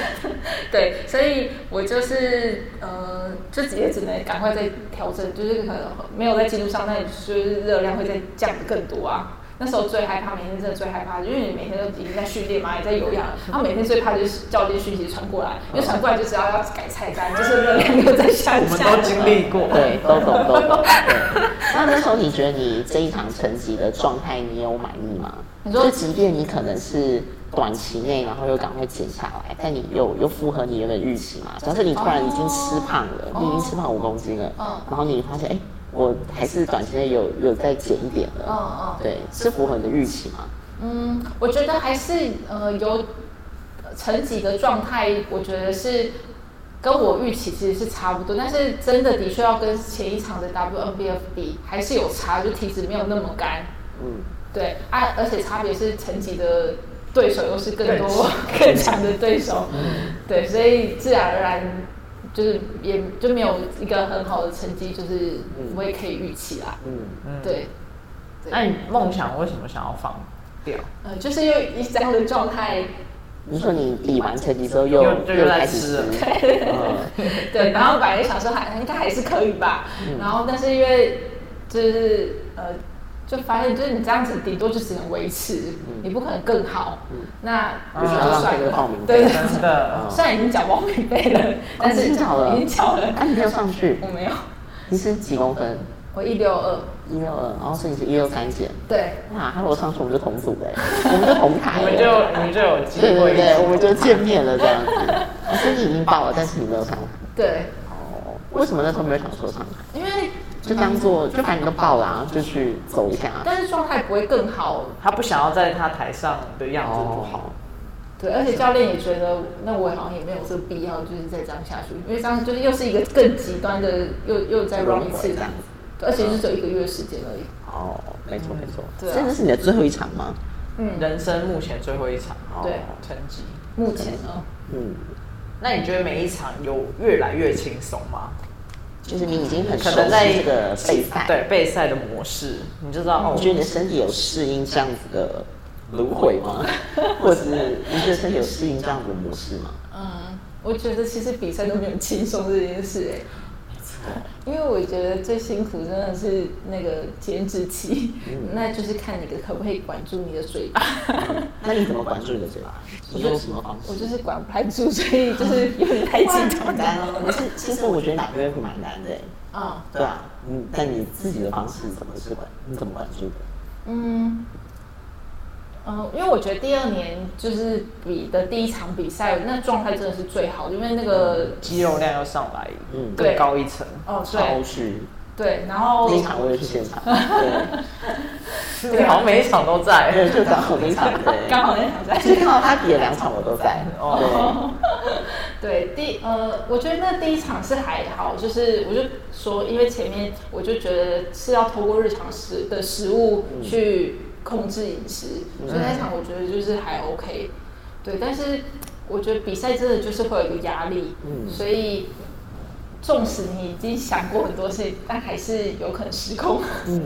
[SPEAKER 3] 对，所以我就是呃，就也只能赶快再调整，就是可能没有在进度上，那你就是热量会再降得更多啊。那时候最害怕，每天真的最害怕，因为你每天都已经在训练嘛，也在有氧，然后每天最怕就是教练讯息传过来，因为传过来就知道要改菜单，就是热量又在下
[SPEAKER 1] 我
[SPEAKER 3] 降。
[SPEAKER 1] 们都经历过，
[SPEAKER 2] 对，都懂都懂。对，那那时候你觉得你这一场成绩的状态，你有满意吗？
[SPEAKER 3] 你说
[SPEAKER 2] 就即便你可能是短期内，然后又赶快减下来，但你有又符合你原本预期嘛？假设你突然已经吃胖了，
[SPEAKER 3] 哦
[SPEAKER 2] 你已经吃胖五公斤了，
[SPEAKER 3] 嗯
[SPEAKER 2] 然后你发现哎、我还是短期内有有再减一点了，
[SPEAKER 3] 嗯嗯
[SPEAKER 2] 对，是符合你的预期吗？
[SPEAKER 3] 嗯，我觉得还是呃有呃成绩的状态，我觉得是跟我预期其实是差不多，但是真的的确要跟前一场的 WNBF 比，还是有差，就体脂没有那么干。
[SPEAKER 2] 嗯，
[SPEAKER 3] 对啊，而且差别是成绩的对手又是更多 更强的对手，对，所以自然而然就是也就没有一个很好的成绩，就是我也可以预期啦。
[SPEAKER 2] 嗯，
[SPEAKER 1] 嗯，
[SPEAKER 3] 对，
[SPEAKER 1] 那你梦想为什么想要放掉？
[SPEAKER 3] 呃，就是又以这样的状态。
[SPEAKER 2] 你说你比完成绩之后又
[SPEAKER 1] 又又在
[SPEAKER 2] 开始
[SPEAKER 1] 吃
[SPEAKER 2] 吃
[SPEAKER 1] 了，
[SPEAKER 2] 嗯，
[SPEAKER 3] 对，然后本来就想说还应该还是可以吧，然后但是因为就是呃，就发现就是你这样子顶多就只能维持，你不可能更好，那我觉
[SPEAKER 1] 啊
[SPEAKER 3] 得就算
[SPEAKER 2] 浪费这个
[SPEAKER 3] 了
[SPEAKER 2] 报，名
[SPEAKER 3] 对，
[SPEAKER 2] 费
[SPEAKER 1] 真的，
[SPEAKER 3] 虽然已经缴报名费了，但是
[SPEAKER 2] 已经缴了
[SPEAKER 3] 已经缴了，
[SPEAKER 2] 啊，你没有上去
[SPEAKER 3] 我，没有，
[SPEAKER 2] 你是几公分？
[SPEAKER 3] 我一六二，
[SPEAKER 2] 一六二，然后所以你是一六三减。
[SPEAKER 3] 对，
[SPEAKER 2] 哇，他和我上次我们就同组的，欸我们就同台
[SPEAKER 1] 你们就
[SPEAKER 2] 了，
[SPEAKER 1] 你们就有机
[SPEAKER 2] 对
[SPEAKER 1] 会
[SPEAKER 2] 对
[SPEAKER 1] 一
[SPEAKER 2] 对，我
[SPEAKER 1] 起。
[SPEAKER 2] 们就见面了这样子。哦所以你已经报了，但是你没有上台。
[SPEAKER 3] 对，
[SPEAKER 2] 哦，为什么那时候没有想说上台？
[SPEAKER 3] 因为
[SPEAKER 2] 就当做就反正你都报了、啊，就去走一下。
[SPEAKER 3] 但是状态不会更好，
[SPEAKER 1] 他不想要在他台上的样子不好。
[SPEAKER 2] 哦，
[SPEAKER 3] 对，而且教练也觉得，那我好像也没有这个必要，就是再这样下去，因为这样就是又是一个更极端的，又又再 run 一次这样子，对而且就只有一个月时间而已。
[SPEAKER 2] 哦，没错没错。
[SPEAKER 3] 对啊
[SPEAKER 2] 所以那是你的最后一场吗？
[SPEAKER 3] 嗯，
[SPEAKER 1] 人生目前最后一场
[SPEAKER 2] 哦
[SPEAKER 3] 对
[SPEAKER 1] 成绩，
[SPEAKER 3] 目前呢，
[SPEAKER 2] 嗯，
[SPEAKER 1] 那你觉得每一场有越来越轻松吗？
[SPEAKER 2] 就是你已经很熟
[SPEAKER 1] 可能在
[SPEAKER 2] 悉这个备赛，，
[SPEAKER 1] 对备赛的模式，你就知道哦
[SPEAKER 2] 你觉得你的身体有适应这样子的轮回吗？或者是你觉得身体有适应这样子的模式吗？
[SPEAKER 3] 嗯，我觉得其实比赛都没有轻松这件事、哎， 因为我觉得最辛苦真的是那个减脂期， 那就是看你可不可以管住你的嘴巴。
[SPEAKER 2] 那你怎么管住你的嘴巴？你用什么方式？
[SPEAKER 3] 我就是管不太住，所以就是有点太紧张
[SPEAKER 2] 很难哦。可是其实我觉得打 B F 蛮难的，欸
[SPEAKER 3] 啊。
[SPEAKER 2] 对啊，嗯，但你自己的方式怎么是管？你怎么管住的？
[SPEAKER 3] 嗯，嗯，因为我觉得第二年就是比的第一场比赛，那状态真的是最好的，因为那个
[SPEAKER 1] 肌肉量要上来，
[SPEAKER 2] 嗯
[SPEAKER 1] 更高一层。
[SPEAKER 3] 哦，
[SPEAKER 2] 超
[SPEAKER 3] 对
[SPEAKER 2] 去
[SPEAKER 3] 对，然后
[SPEAKER 2] 那一场我也去现场，对，
[SPEAKER 1] 你好像每一场都在。
[SPEAKER 2] 对，就刚好那一场，
[SPEAKER 3] 刚
[SPEAKER 2] 对，
[SPEAKER 3] 好那场在，
[SPEAKER 2] 其实看到他比的两场我都在，
[SPEAKER 1] 哦
[SPEAKER 2] 哦，
[SPEAKER 3] 对第呃，我觉得那第一场是还好，就是我就说，因为前面我就觉得是要透过日常食的食物
[SPEAKER 2] 嗯
[SPEAKER 3] 去控制饮食，所以那场我觉得就是还 OK。对，但是我觉得比赛真的就是会有一个压力，
[SPEAKER 2] 嗯
[SPEAKER 3] 所以纵使你已经想过很多事，但还是有可能失控。
[SPEAKER 2] 嗯，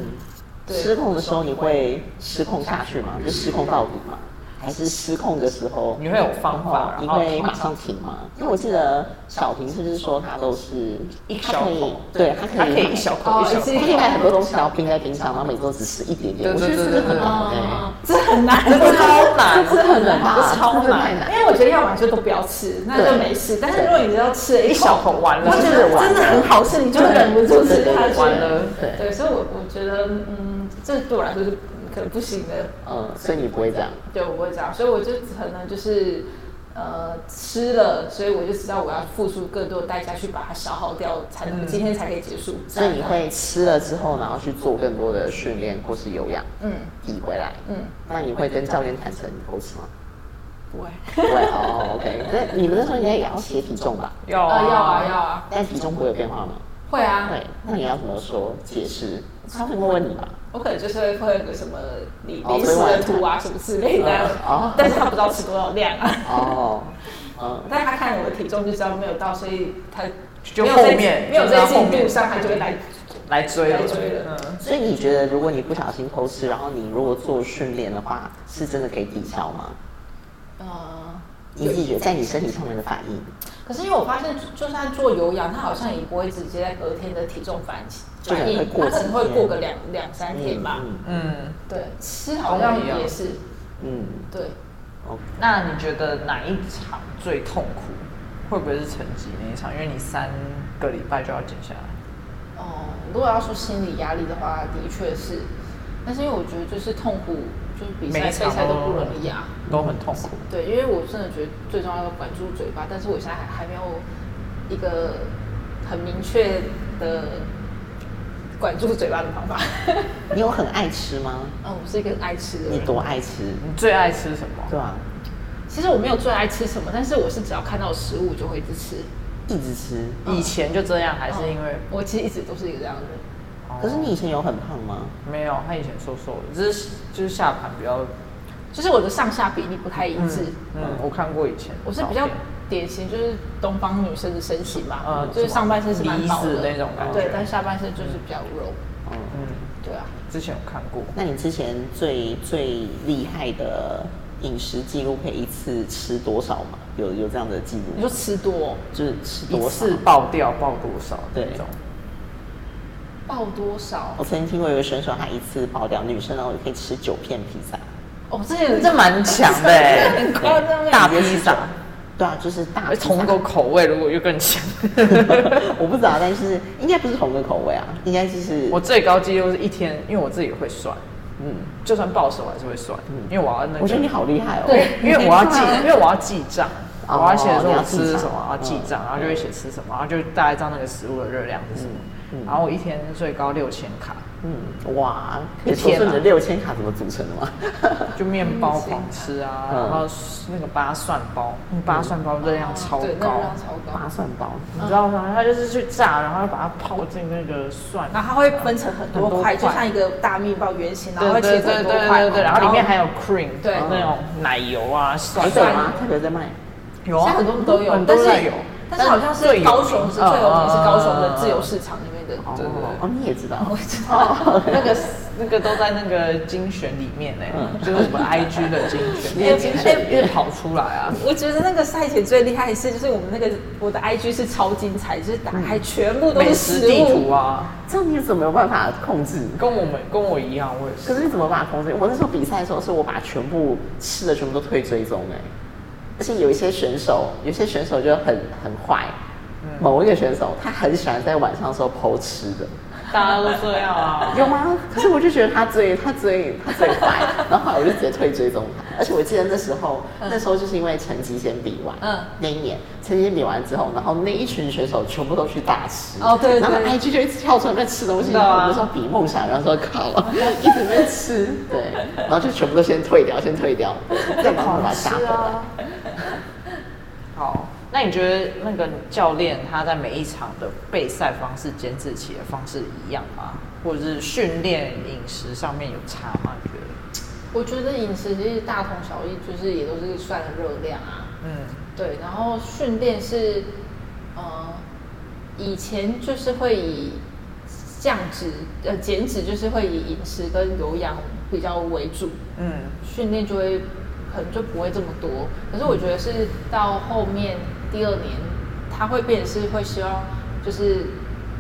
[SPEAKER 3] 对
[SPEAKER 2] 失控的时候你会失控下去吗？就失控到底吗？还是失控的时候
[SPEAKER 1] 你会有方法，然
[SPEAKER 2] 你
[SPEAKER 1] 后
[SPEAKER 2] 会马上停吗？因为我记得小婷是不是说她都是
[SPEAKER 1] 一
[SPEAKER 2] 她
[SPEAKER 1] 小
[SPEAKER 2] 可以
[SPEAKER 1] 口
[SPEAKER 2] 对她可以
[SPEAKER 1] 它可以一小口
[SPEAKER 3] 哦
[SPEAKER 1] 一小口
[SPEAKER 3] 一次。
[SPEAKER 2] 她可以买很多东西，然后冰在冰箱，然后每周只吃一点点。我觉得这个很好哎，
[SPEAKER 3] 啊，这很难，哦
[SPEAKER 1] 这超难，
[SPEAKER 2] 这很难吧？
[SPEAKER 1] 这超
[SPEAKER 2] 这个太
[SPEAKER 1] 难。
[SPEAKER 2] 难。
[SPEAKER 3] 因为我觉得要玩就都不要吃，那就没事。但是如果你只要吃了
[SPEAKER 1] 一
[SPEAKER 3] 一
[SPEAKER 1] 小
[SPEAKER 3] 小
[SPEAKER 1] 口
[SPEAKER 3] 口，
[SPEAKER 1] 完了
[SPEAKER 3] 我觉得真的很好吃，你就忍不住吃下去。
[SPEAKER 1] 完了
[SPEAKER 2] 对
[SPEAKER 3] 对，所以我我觉得，嗯，这对我来说是可能不行的，
[SPEAKER 2] 嗯，所以你不会这样。
[SPEAKER 3] 对，我不会这样，所以我就可能就是。呃，吃了，所以我就知道我要付出更多的代价去把它消耗掉，才能、今天才可以结束。
[SPEAKER 2] 所以你会吃了之后，然后去做更多的训练或是有氧
[SPEAKER 3] 嗯
[SPEAKER 2] 抵回来。
[SPEAKER 3] 嗯，
[SPEAKER 2] 那你会跟教练坦诚你偷吃吗？
[SPEAKER 3] 不会。
[SPEAKER 2] 不会哦，OK。那你们那时候应该也要写体重吧？
[SPEAKER 1] 要
[SPEAKER 3] 呃，要啊要啊，
[SPEAKER 2] 但体重不会有变化吗？
[SPEAKER 3] 会啊。
[SPEAKER 2] 对。那你要怎么说解释？他会问你吧？
[SPEAKER 3] 我可能就是会会有个什么李
[SPEAKER 2] 哦
[SPEAKER 3] 李死的图啊，什么之类的
[SPEAKER 2] 嗯哦
[SPEAKER 3] 啊， 但是他不知道吃多少量啊。
[SPEAKER 2] 哦，嗯，
[SPEAKER 3] 但他看我的体重就知道没有到，所以他
[SPEAKER 1] 就
[SPEAKER 3] 没有
[SPEAKER 1] 后
[SPEAKER 3] 在
[SPEAKER 1] 面
[SPEAKER 3] 没有
[SPEAKER 1] 就
[SPEAKER 3] 在
[SPEAKER 1] 是他后
[SPEAKER 3] 进
[SPEAKER 1] 面
[SPEAKER 3] 度上，他就会来。
[SPEAKER 1] 来追了，
[SPEAKER 3] 来追了
[SPEAKER 1] 嗯，
[SPEAKER 2] 所以你觉得，如果你不小心偷吃，然后你如果做训练的话，是真的可以抵消吗？
[SPEAKER 3] 呃，
[SPEAKER 2] 你自己觉得在你身体上面的反应，
[SPEAKER 3] 可是因为我发现，就算做有氧，他好像也不会直接在隔天的体重反
[SPEAKER 1] 啊
[SPEAKER 2] 就可能
[SPEAKER 3] 反
[SPEAKER 2] 会
[SPEAKER 3] 应，
[SPEAKER 2] 过
[SPEAKER 3] 他可
[SPEAKER 2] 几
[SPEAKER 3] 能会
[SPEAKER 2] 天
[SPEAKER 3] 过个两两三天吧。
[SPEAKER 2] 嗯
[SPEAKER 1] 嗯，
[SPEAKER 3] 对，吃好像也是
[SPEAKER 2] 嗯
[SPEAKER 3] 对。
[SPEAKER 2] ，OK。
[SPEAKER 1] 那你觉得哪一场最痛苦？会不会是成绩那一场？因为你三个礼拜就要减下来，
[SPEAKER 3] 哦，如果要说心理压力的话，的确是，但是因为我觉得就是痛苦，就是比赛
[SPEAKER 1] 每一
[SPEAKER 3] 备
[SPEAKER 1] 场哦
[SPEAKER 3] 赛都
[SPEAKER 1] 都
[SPEAKER 3] 不容易啊。
[SPEAKER 1] 都很痛苦。
[SPEAKER 3] 对，因为我真的觉得最重要要管住嘴巴，但是我现在还还没有一个很明确的管住嘴巴的方法。
[SPEAKER 2] 你有很爱吃吗？
[SPEAKER 3] 嗯，我是一个很爱吃的
[SPEAKER 2] 你
[SPEAKER 3] 人。
[SPEAKER 2] 多爱吃？
[SPEAKER 1] 你最爱吃什么？
[SPEAKER 2] 对啊，
[SPEAKER 3] 其实我没有最爱吃什么，但是我是只要看到食物就会一直吃。
[SPEAKER 2] 一直吃。
[SPEAKER 1] 以前就这样，还是因为
[SPEAKER 3] 嗯、我其实一直都是一个这样的人。
[SPEAKER 2] 可
[SPEAKER 3] 哦
[SPEAKER 2] 是你以前有很胖吗？
[SPEAKER 1] 没有？他以前瘦瘦的，只是就是下盘比较，
[SPEAKER 3] 就是我的上下比例不太一致。
[SPEAKER 1] 嗯，我看过以前的
[SPEAKER 3] 我是比较
[SPEAKER 1] 照片
[SPEAKER 3] 典型，就是东方女生的身形嘛，
[SPEAKER 1] 嗯
[SPEAKER 3] 就是上半身是蛮薄
[SPEAKER 1] 梨
[SPEAKER 3] 的
[SPEAKER 1] 子那种感觉
[SPEAKER 3] 对，但下半身就是比较肉，
[SPEAKER 2] 嗯。
[SPEAKER 1] 嗯，
[SPEAKER 3] 对啊。
[SPEAKER 1] 之前有看过，
[SPEAKER 2] 那你之前最最厉害的饮食记录可以一次吃多少吗？有有这样的记
[SPEAKER 3] 你
[SPEAKER 2] 录？
[SPEAKER 3] 说吃多
[SPEAKER 2] 就是吃
[SPEAKER 1] 一
[SPEAKER 2] 多少？
[SPEAKER 1] 次爆掉爆多少
[SPEAKER 2] 对
[SPEAKER 1] 那种？
[SPEAKER 3] 爆多少？
[SPEAKER 1] 嗯
[SPEAKER 2] 我曾经听过有个选手，她一次爆掉女生，然后可以吃九片披萨。
[SPEAKER 3] 哦，这 个
[SPEAKER 1] 这蛮强的欸
[SPEAKER 3] 很夸张 欸
[SPEAKER 1] 大披萨，
[SPEAKER 2] 对啊，就是大
[SPEAKER 1] 而
[SPEAKER 2] 致
[SPEAKER 1] 同
[SPEAKER 2] 上
[SPEAKER 1] 个口味如果又更 强，
[SPEAKER 2] 我不知道，但是应该不是同个口味啊，应该就是
[SPEAKER 1] 我最高纪录是一天，因为我自己会算，
[SPEAKER 2] 嗯，
[SPEAKER 1] 就算报手我还是会算，因为我要那个，
[SPEAKER 2] 我觉得你好厉害哦。
[SPEAKER 3] 对
[SPEAKER 1] 因为我 要记，因为我要记账，
[SPEAKER 2] 哦
[SPEAKER 1] 我要写说
[SPEAKER 2] 你要
[SPEAKER 1] 我
[SPEAKER 2] 记
[SPEAKER 1] 吃
[SPEAKER 2] 账
[SPEAKER 1] 什么，然后记账，然后就会写吃什么，然后就大概知道那个食物的热量是什
[SPEAKER 3] 嗯
[SPEAKER 1] 么。然后我一天最高六千卡，
[SPEAKER 2] 嗯，哇，
[SPEAKER 1] 一
[SPEAKER 2] 你说
[SPEAKER 1] 天啊
[SPEAKER 2] 说你的六千卡怎么组成的吗？
[SPEAKER 1] 就面包狂吃啊，
[SPEAKER 2] 嗯
[SPEAKER 1] 然后那个八蒜包，八蒜包热量超
[SPEAKER 3] 嗯对，那
[SPEAKER 1] 高
[SPEAKER 3] 热，量超高。
[SPEAKER 2] 麻蒜包，
[SPEAKER 1] 你知道吗？它就是去炸，然后把它泡进那个蒜，
[SPEAKER 3] 然后它会分成很多块，
[SPEAKER 1] 很多块
[SPEAKER 3] 就像一个大面包圆形，然后
[SPEAKER 1] 对
[SPEAKER 3] 会
[SPEAKER 1] 对
[SPEAKER 3] 切成
[SPEAKER 1] 对对
[SPEAKER 3] 很多
[SPEAKER 1] 对
[SPEAKER 3] 块，
[SPEAKER 1] 对
[SPEAKER 3] 哦
[SPEAKER 1] 对，然后里面还有 cream，
[SPEAKER 3] 对
[SPEAKER 1] 那种奶油啊蒜
[SPEAKER 2] 还有
[SPEAKER 1] 啊，
[SPEAKER 2] 吗？特别在卖，
[SPEAKER 1] 有
[SPEAKER 3] 现
[SPEAKER 1] 啊，
[SPEAKER 3] 在很多都有，
[SPEAKER 1] 很
[SPEAKER 3] 但
[SPEAKER 1] 多
[SPEAKER 3] 是
[SPEAKER 1] 都有，
[SPEAKER 3] 但是好像是
[SPEAKER 1] 最有
[SPEAKER 3] 高雄是最
[SPEAKER 1] 名
[SPEAKER 3] 有名是高雄
[SPEAKER 1] 嗯
[SPEAKER 3] 的自由市场里面的，
[SPEAKER 2] 哦
[SPEAKER 3] 对对对。
[SPEAKER 2] 哦，你也知道，
[SPEAKER 3] 我知道，
[SPEAKER 1] 那个那个都在那个精选里面呢、就是什么 IG 的精 选，
[SPEAKER 2] 你也精选
[SPEAKER 1] 一直跑出来 啊。
[SPEAKER 3] 我觉得那个赛前最厉害的是，就是我们那个我的 IG 是超精彩，就是打开全部都
[SPEAKER 1] 美
[SPEAKER 3] 是
[SPEAKER 1] 食
[SPEAKER 3] 食
[SPEAKER 1] 地
[SPEAKER 3] 物
[SPEAKER 1] 图，啊，
[SPEAKER 2] 这样你怎么有办法控制？
[SPEAKER 1] 跟我们跟我一样，我也
[SPEAKER 2] 可
[SPEAKER 1] 是。
[SPEAKER 2] 是你怎么把它控制？我那时候比赛的时候，是我把全部吃的全部都退追踪哎、而且有一些选手，有些选手就很很坏。某一个选手，他很喜欢在晚上的时候偷吃的，
[SPEAKER 1] 大家都这样啊。
[SPEAKER 2] 有吗？可是我就觉得他最他最他最坏，然后后来我就直接退追踪他。而且我记得那时候，那时候就是因为成绩先比完，
[SPEAKER 3] 嗯
[SPEAKER 2] 那一年成绩先比完之后，然后那一群选手全部都去大吃，
[SPEAKER 3] 哦对对
[SPEAKER 2] 然后 IG 就一直跳出来在吃东西，
[SPEAKER 1] 对啊
[SPEAKER 2] 然后我们说比梦想，然后说靠，一直在吃， 对，然后就全部都先退掉，先退掉，再慢慢把它打回来。
[SPEAKER 1] 好，那你觉得那个教练他在每一场的备赛方式、监制期的方式一样吗？或者是训练饮食上面有差吗？你觉得？
[SPEAKER 3] 我觉得饮食其实大同小异，就是也都是算热量啊。
[SPEAKER 1] 嗯，
[SPEAKER 3] 对，然后训练是，呃，以前就是会以降脂呃减脂，就是会以饮食跟有氧比较为主，
[SPEAKER 1] 嗯，
[SPEAKER 3] 训练就会可能就不会这么多。可是我觉得是到后面第二年，他会变成是会希望就是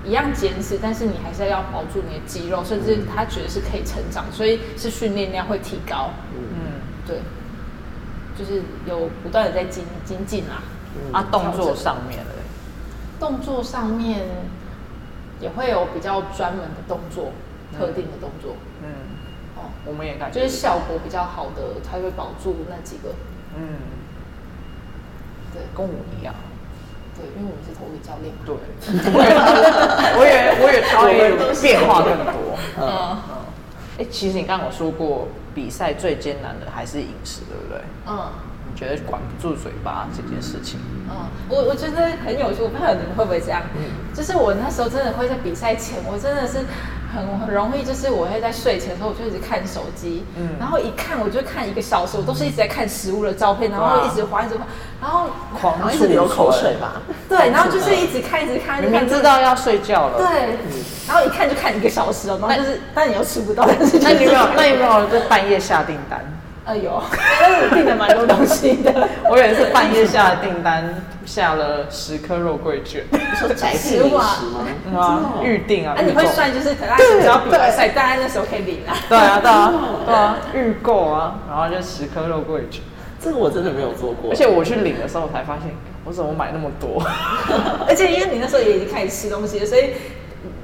[SPEAKER 3] 一样减脂，但是你还是要保住你的肌肉，甚至他觉得是可以成长，所以是训练量会提高。
[SPEAKER 1] 嗯
[SPEAKER 3] 对，就是有不断的在精精进啦。
[SPEAKER 1] 啊，动作上面嘞，
[SPEAKER 3] 动作上面也会有比较专门的动作，特定的动作，
[SPEAKER 1] 嗯，
[SPEAKER 3] 哦，
[SPEAKER 1] 我们也感觉
[SPEAKER 3] 就是效果比较好的才会保住那几个。
[SPEAKER 1] 嗯，
[SPEAKER 3] 对
[SPEAKER 1] 跟我一样。
[SPEAKER 3] 对，因为我们是投资教练嘛。
[SPEAKER 1] 对， 我也我也他也变化更多。
[SPEAKER 3] 嗯
[SPEAKER 1] 哎、其实你刚刚有说过，比赛最艰难的还是饮食，对不对？
[SPEAKER 3] 嗯
[SPEAKER 1] 你觉得管不住嘴巴这件事情，
[SPEAKER 3] 嗯，我我觉得很有趣，我不知道你们会不会这样。
[SPEAKER 1] 嗯
[SPEAKER 3] 就是我那时候真的会在比赛前，我真的是很很容易，就是我会在睡前的时候，我就一直看手机，
[SPEAKER 1] 嗯
[SPEAKER 3] 然后一看我就看一个小时，我都是一直在看食物的照片，然后
[SPEAKER 1] 哇
[SPEAKER 3] 一直滑一直滑，然后
[SPEAKER 1] 狂
[SPEAKER 2] 然后一直流口水吧，
[SPEAKER 3] 对，然后就是一直看一直看，一直
[SPEAKER 1] 明
[SPEAKER 3] 看
[SPEAKER 1] 明知道嗯要睡觉了，
[SPEAKER 3] 对，然后一看就看一个小时哦，然后就是，但你又吃不到，但是
[SPEAKER 1] 那你有没有那
[SPEAKER 3] 那
[SPEAKER 1] 你有没有在半夜下订单？
[SPEAKER 3] 哎呦，但是我订了蛮多东西的，
[SPEAKER 1] 我有一次半夜下订单，下了十颗肉桂卷，
[SPEAKER 2] 你说宅配零食吗？哦
[SPEAKER 1] 嗯 啊，预定啊，
[SPEAKER 3] 啊，你
[SPEAKER 1] 预
[SPEAKER 3] 会
[SPEAKER 1] 购
[SPEAKER 3] 算就是可能只要比完赛，大概那时候可以领啊。
[SPEAKER 1] 对啊，对啊，对啊，预购啊，然后就十颗肉桂卷，
[SPEAKER 2] 这个我真的没有做过，
[SPEAKER 1] 而且我去领的时候，我才发现我怎么买那么多。
[SPEAKER 3] 而且因为你那时候也已经开始吃东西了，所以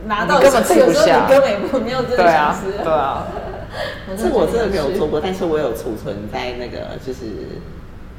[SPEAKER 3] 拿到
[SPEAKER 1] 你根本吃不下
[SPEAKER 3] 有时候你根本也不没有真
[SPEAKER 1] 对
[SPEAKER 3] 的想
[SPEAKER 1] 啊
[SPEAKER 3] 吃。，
[SPEAKER 1] 对啊，
[SPEAKER 2] 这个我真的没有做
[SPEAKER 3] 过。
[SPEAKER 2] 过，但是我有储存在那个就是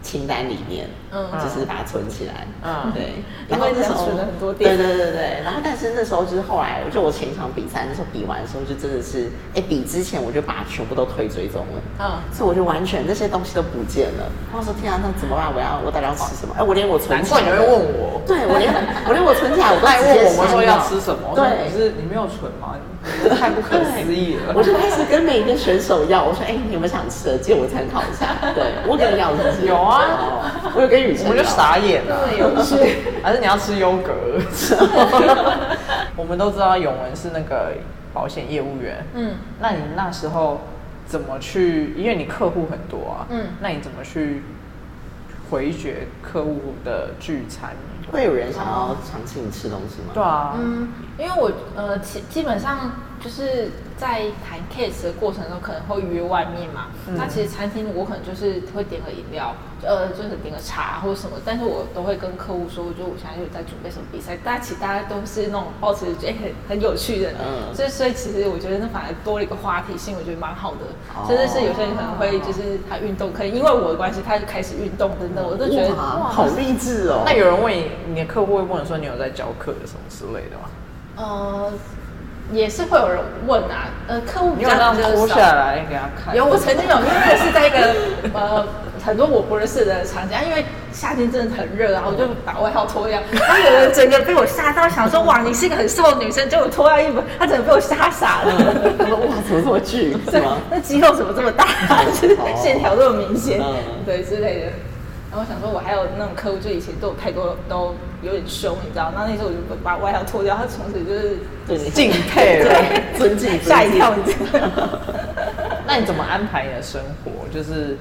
[SPEAKER 2] 清单里面，
[SPEAKER 3] 嗯
[SPEAKER 2] 就是把它存起来，
[SPEAKER 1] 嗯
[SPEAKER 2] 对。
[SPEAKER 3] 因
[SPEAKER 2] 然后
[SPEAKER 3] 为
[SPEAKER 2] 那时候
[SPEAKER 3] 存了很多
[SPEAKER 2] 对
[SPEAKER 3] 店
[SPEAKER 2] 对对对。然后但是那时候就是后来，就我前一场比赛那时候比完的时候，就真的是，哎，比之前我就把全部都推追踪了。
[SPEAKER 3] 嗯，
[SPEAKER 2] 所以我就完全那些东西都不见了。然后我说天啊，那怎么办？我要我到底要吃什么？哎，我连我存
[SPEAKER 1] 难
[SPEAKER 2] 起来
[SPEAKER 1] 怪
[SPEAKER 2] 的，
[SPEAKER 1] 你会问我。
[SPEAKER 2] 对我连我连我存起来我都
[SPEAKER 1] 他还
[SPEAKER 2] 直
[SPEAKER 1] 问
[SPEAKER 2] 接
[SPEAKER 1] 我们说要
[SPEAKER 2] 删掉
[SPEAKER 1] 吃什么，我说
[SPEAKER 2] 对
[SPEAKER 1] 你，是你没有存吗？你这太不可思议了。
[SPEAKER 2] 我就开始跟每一个选手要，我说：“哎、你有没有想吃的？借我参考一下。”对，我跟你聊是不是
[SPEAKER 1] 有啊
[SPEAKER 2] 哦我有跟雨
[SPEAKER 1] 我
[SPEAKER 2] 辰，
[SPEAKER 1] 们就，傻眼了、
[SPEAKER 3] 对有趣。
[SPEAKER 1] 还是你要吃优格？ 我们都知道永文是那个保险业务员，
[SPEAKER 3] 嗯，
[SPEAKER 1] 那你那时候怎么去？因为你客户很多啊，
[SPEAKER 3] 嗯
[SPEAKER 1] 那你怎么去回绝客户的聚餐？
[SPEAKER 2] 会有人想要常请你吃东西吗？
[SPEAKER 1] 对啊，
[SPEAKER 3] 嗯，因为我呃，基基本上就是在谈 case 的过程中，可能会约外面嘛。
[SPEAKER 2] 嗯
[SPEAKER 3] 那其实餐厅我可能就是会点个饮料，呃，就是点个茶或什么，但是我都会跟客户说，我觉得我现在就在准备什么比赛。大家其实大家都是那种保持觉得很很有趣的，
[SPEAKER 2] 嗯
[SPEAKER 3] 所以所以其实我觉得那反而多了一个话题性，我觉得蛮好的。
[SPEAKER 2] 哦
[SPEAKER 3] 甚至是有些人可能会就是他运动，可能因为我的关系，他就开始运动等等，我都觉得
[SPEAKER 2] 哇，好励志哦！
[SPEAKER 1] 那有人问你，你的客户会问说你有在教课什么之类的吗？
[SPEAKER 3] 呃，也是会有人问啊，呃，客户
[SPEAKER 1] 你
[SPEAKER 3] 比
[SPEAKER 1] 有
[SPEAKER 3] 较
[SPEAKER 1] 这样
[SPEAKER 3] 比较
[SPEAKER 1] 脱
[SPEAKER 3] 少
[SPEAKER 1] 下来给他看？
[SPEAKER 3] 有，我曾经有，因为是在一个呃很多我不认识的场景，啊因为夏天真的很热啊，我就把外套 脱掉，
[SPEAKER 1] 嗯
[SPEAKER 3] 然后有人整个被我吓到，想说哇，你是一个很瘦的女生，结果脱掉衣服，她整个被我吓傻了。
[SPEAKER 2] 他说哇， 怎么这么巨？是
[SPEAKER 1] 嗯
[SPEAKER 3] 对
[SPEAKER 2] 吗？，
[SPEAKER 3] 那肌肉怎么这 么大？就是
[SPEAKER 2] 哦
[SPEAKER 3] 线条这么明显
[SPEAKER 2] 嗯，
[SPEAKER 3] 对之类的。然后我想说，我还有那种客户，就以前对我态度都有点凶，你知道？那那时候我就把外套脱掉，他从此就是
[SPEAKER 2] 对你
[SPEAKER 1] 敬佩了。
[SPEAKER 2] 尊敬，
[SPEAKER 3] 吓一跳，
[SPEAKER 2] 尊
[SPEAKER 3] 你
[SPEAKER 2] 敬
[SPEAKER 3] 知道吗？
[SPEAKER 1] 那你怎么安排你的生活？就是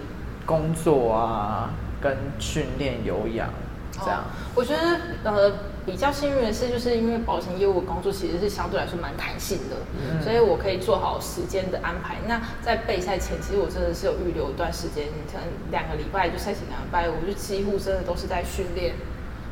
[SPEAKER 1] 工作啊，跟训练、有氧这样
[SPEAKER 3] 哦。我觉得呃比较幸运的是，就是因为保险业务的工作其实是相对来说蛮弹性的，
[SPEAKER 1] 嗯
[SPEAKER 3] 所以我可以做好时间的安排。那在备赛前，其实我真的是有预留一段时间，可能两个礼拜就赛前两个礼拜，我就几乎真的都是在训练。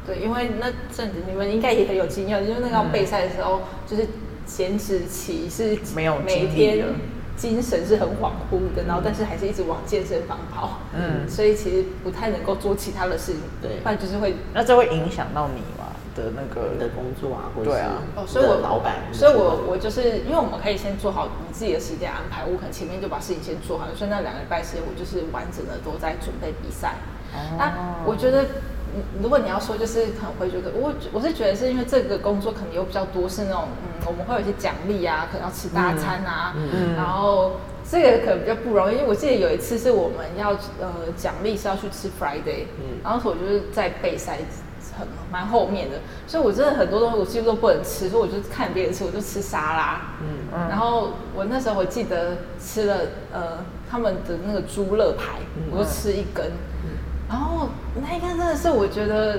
[SPEAKER 3] 对，因为那阵子你们应该也很有经验，因为那
[SPEAKER 1] 嗯
[SPEAKER 3] 个要备赛的时候，就是减脂期是
[SPEAKER 1] 没有
[SPEAKER 3] 每
[SPEAKER 1] 精力
[SPEAKER 3] 天
[SPEAKER 1] 了
[SPEAKER 3] 精神是很恍惚的，然后但是还是一直往健身房跑，
[SPEAKER 1] 嗯
[SPEAKER 3] 嗯，所以其实不太能够做其他的事情，
[SPEAKER 2] 对
[SPEAKER 3] 不然就是会
[SPEAKER 1] 那这会影响到你吗的那个
[SPEAKER 2] 你的工作啊，或者
[SPEAKER 1] 对
[SPEAKER 2] 是
[SPEAKER 1] 啊
[SPEAKER 3] 哦，所以我
[SPEAKER 2] 你的老板，
[SPEAKER 3] 所以我我就是因为我们可以先做好你自己的时间安排，我可能前面就把事情先做好，所以那两个礼拜时间我就是完整的都在准备比赛。那啊
[SPEAKER 1] 哦
[SPEAKER 3] 我觉得，嗯如果你要说就是可能会觉得，我我是觉得是因为这个工作可能有比较多是那种，嗯，我们会有一些奖励啊，可能要吃大餐啊，然后这个可能比较不容易，因为我记得有一次是我们要呃奖励是要去吃 Friday，、然后所以我就是在备赛。很蛮后面的，所以我真的很多东西我几乎都不能吃，所以我就看别人吃，我就吃沙拉。嗯，然后我那时候我记得吃了呃他们的那个猪肋排，我就吃一根，然后那一根真的是我觉得。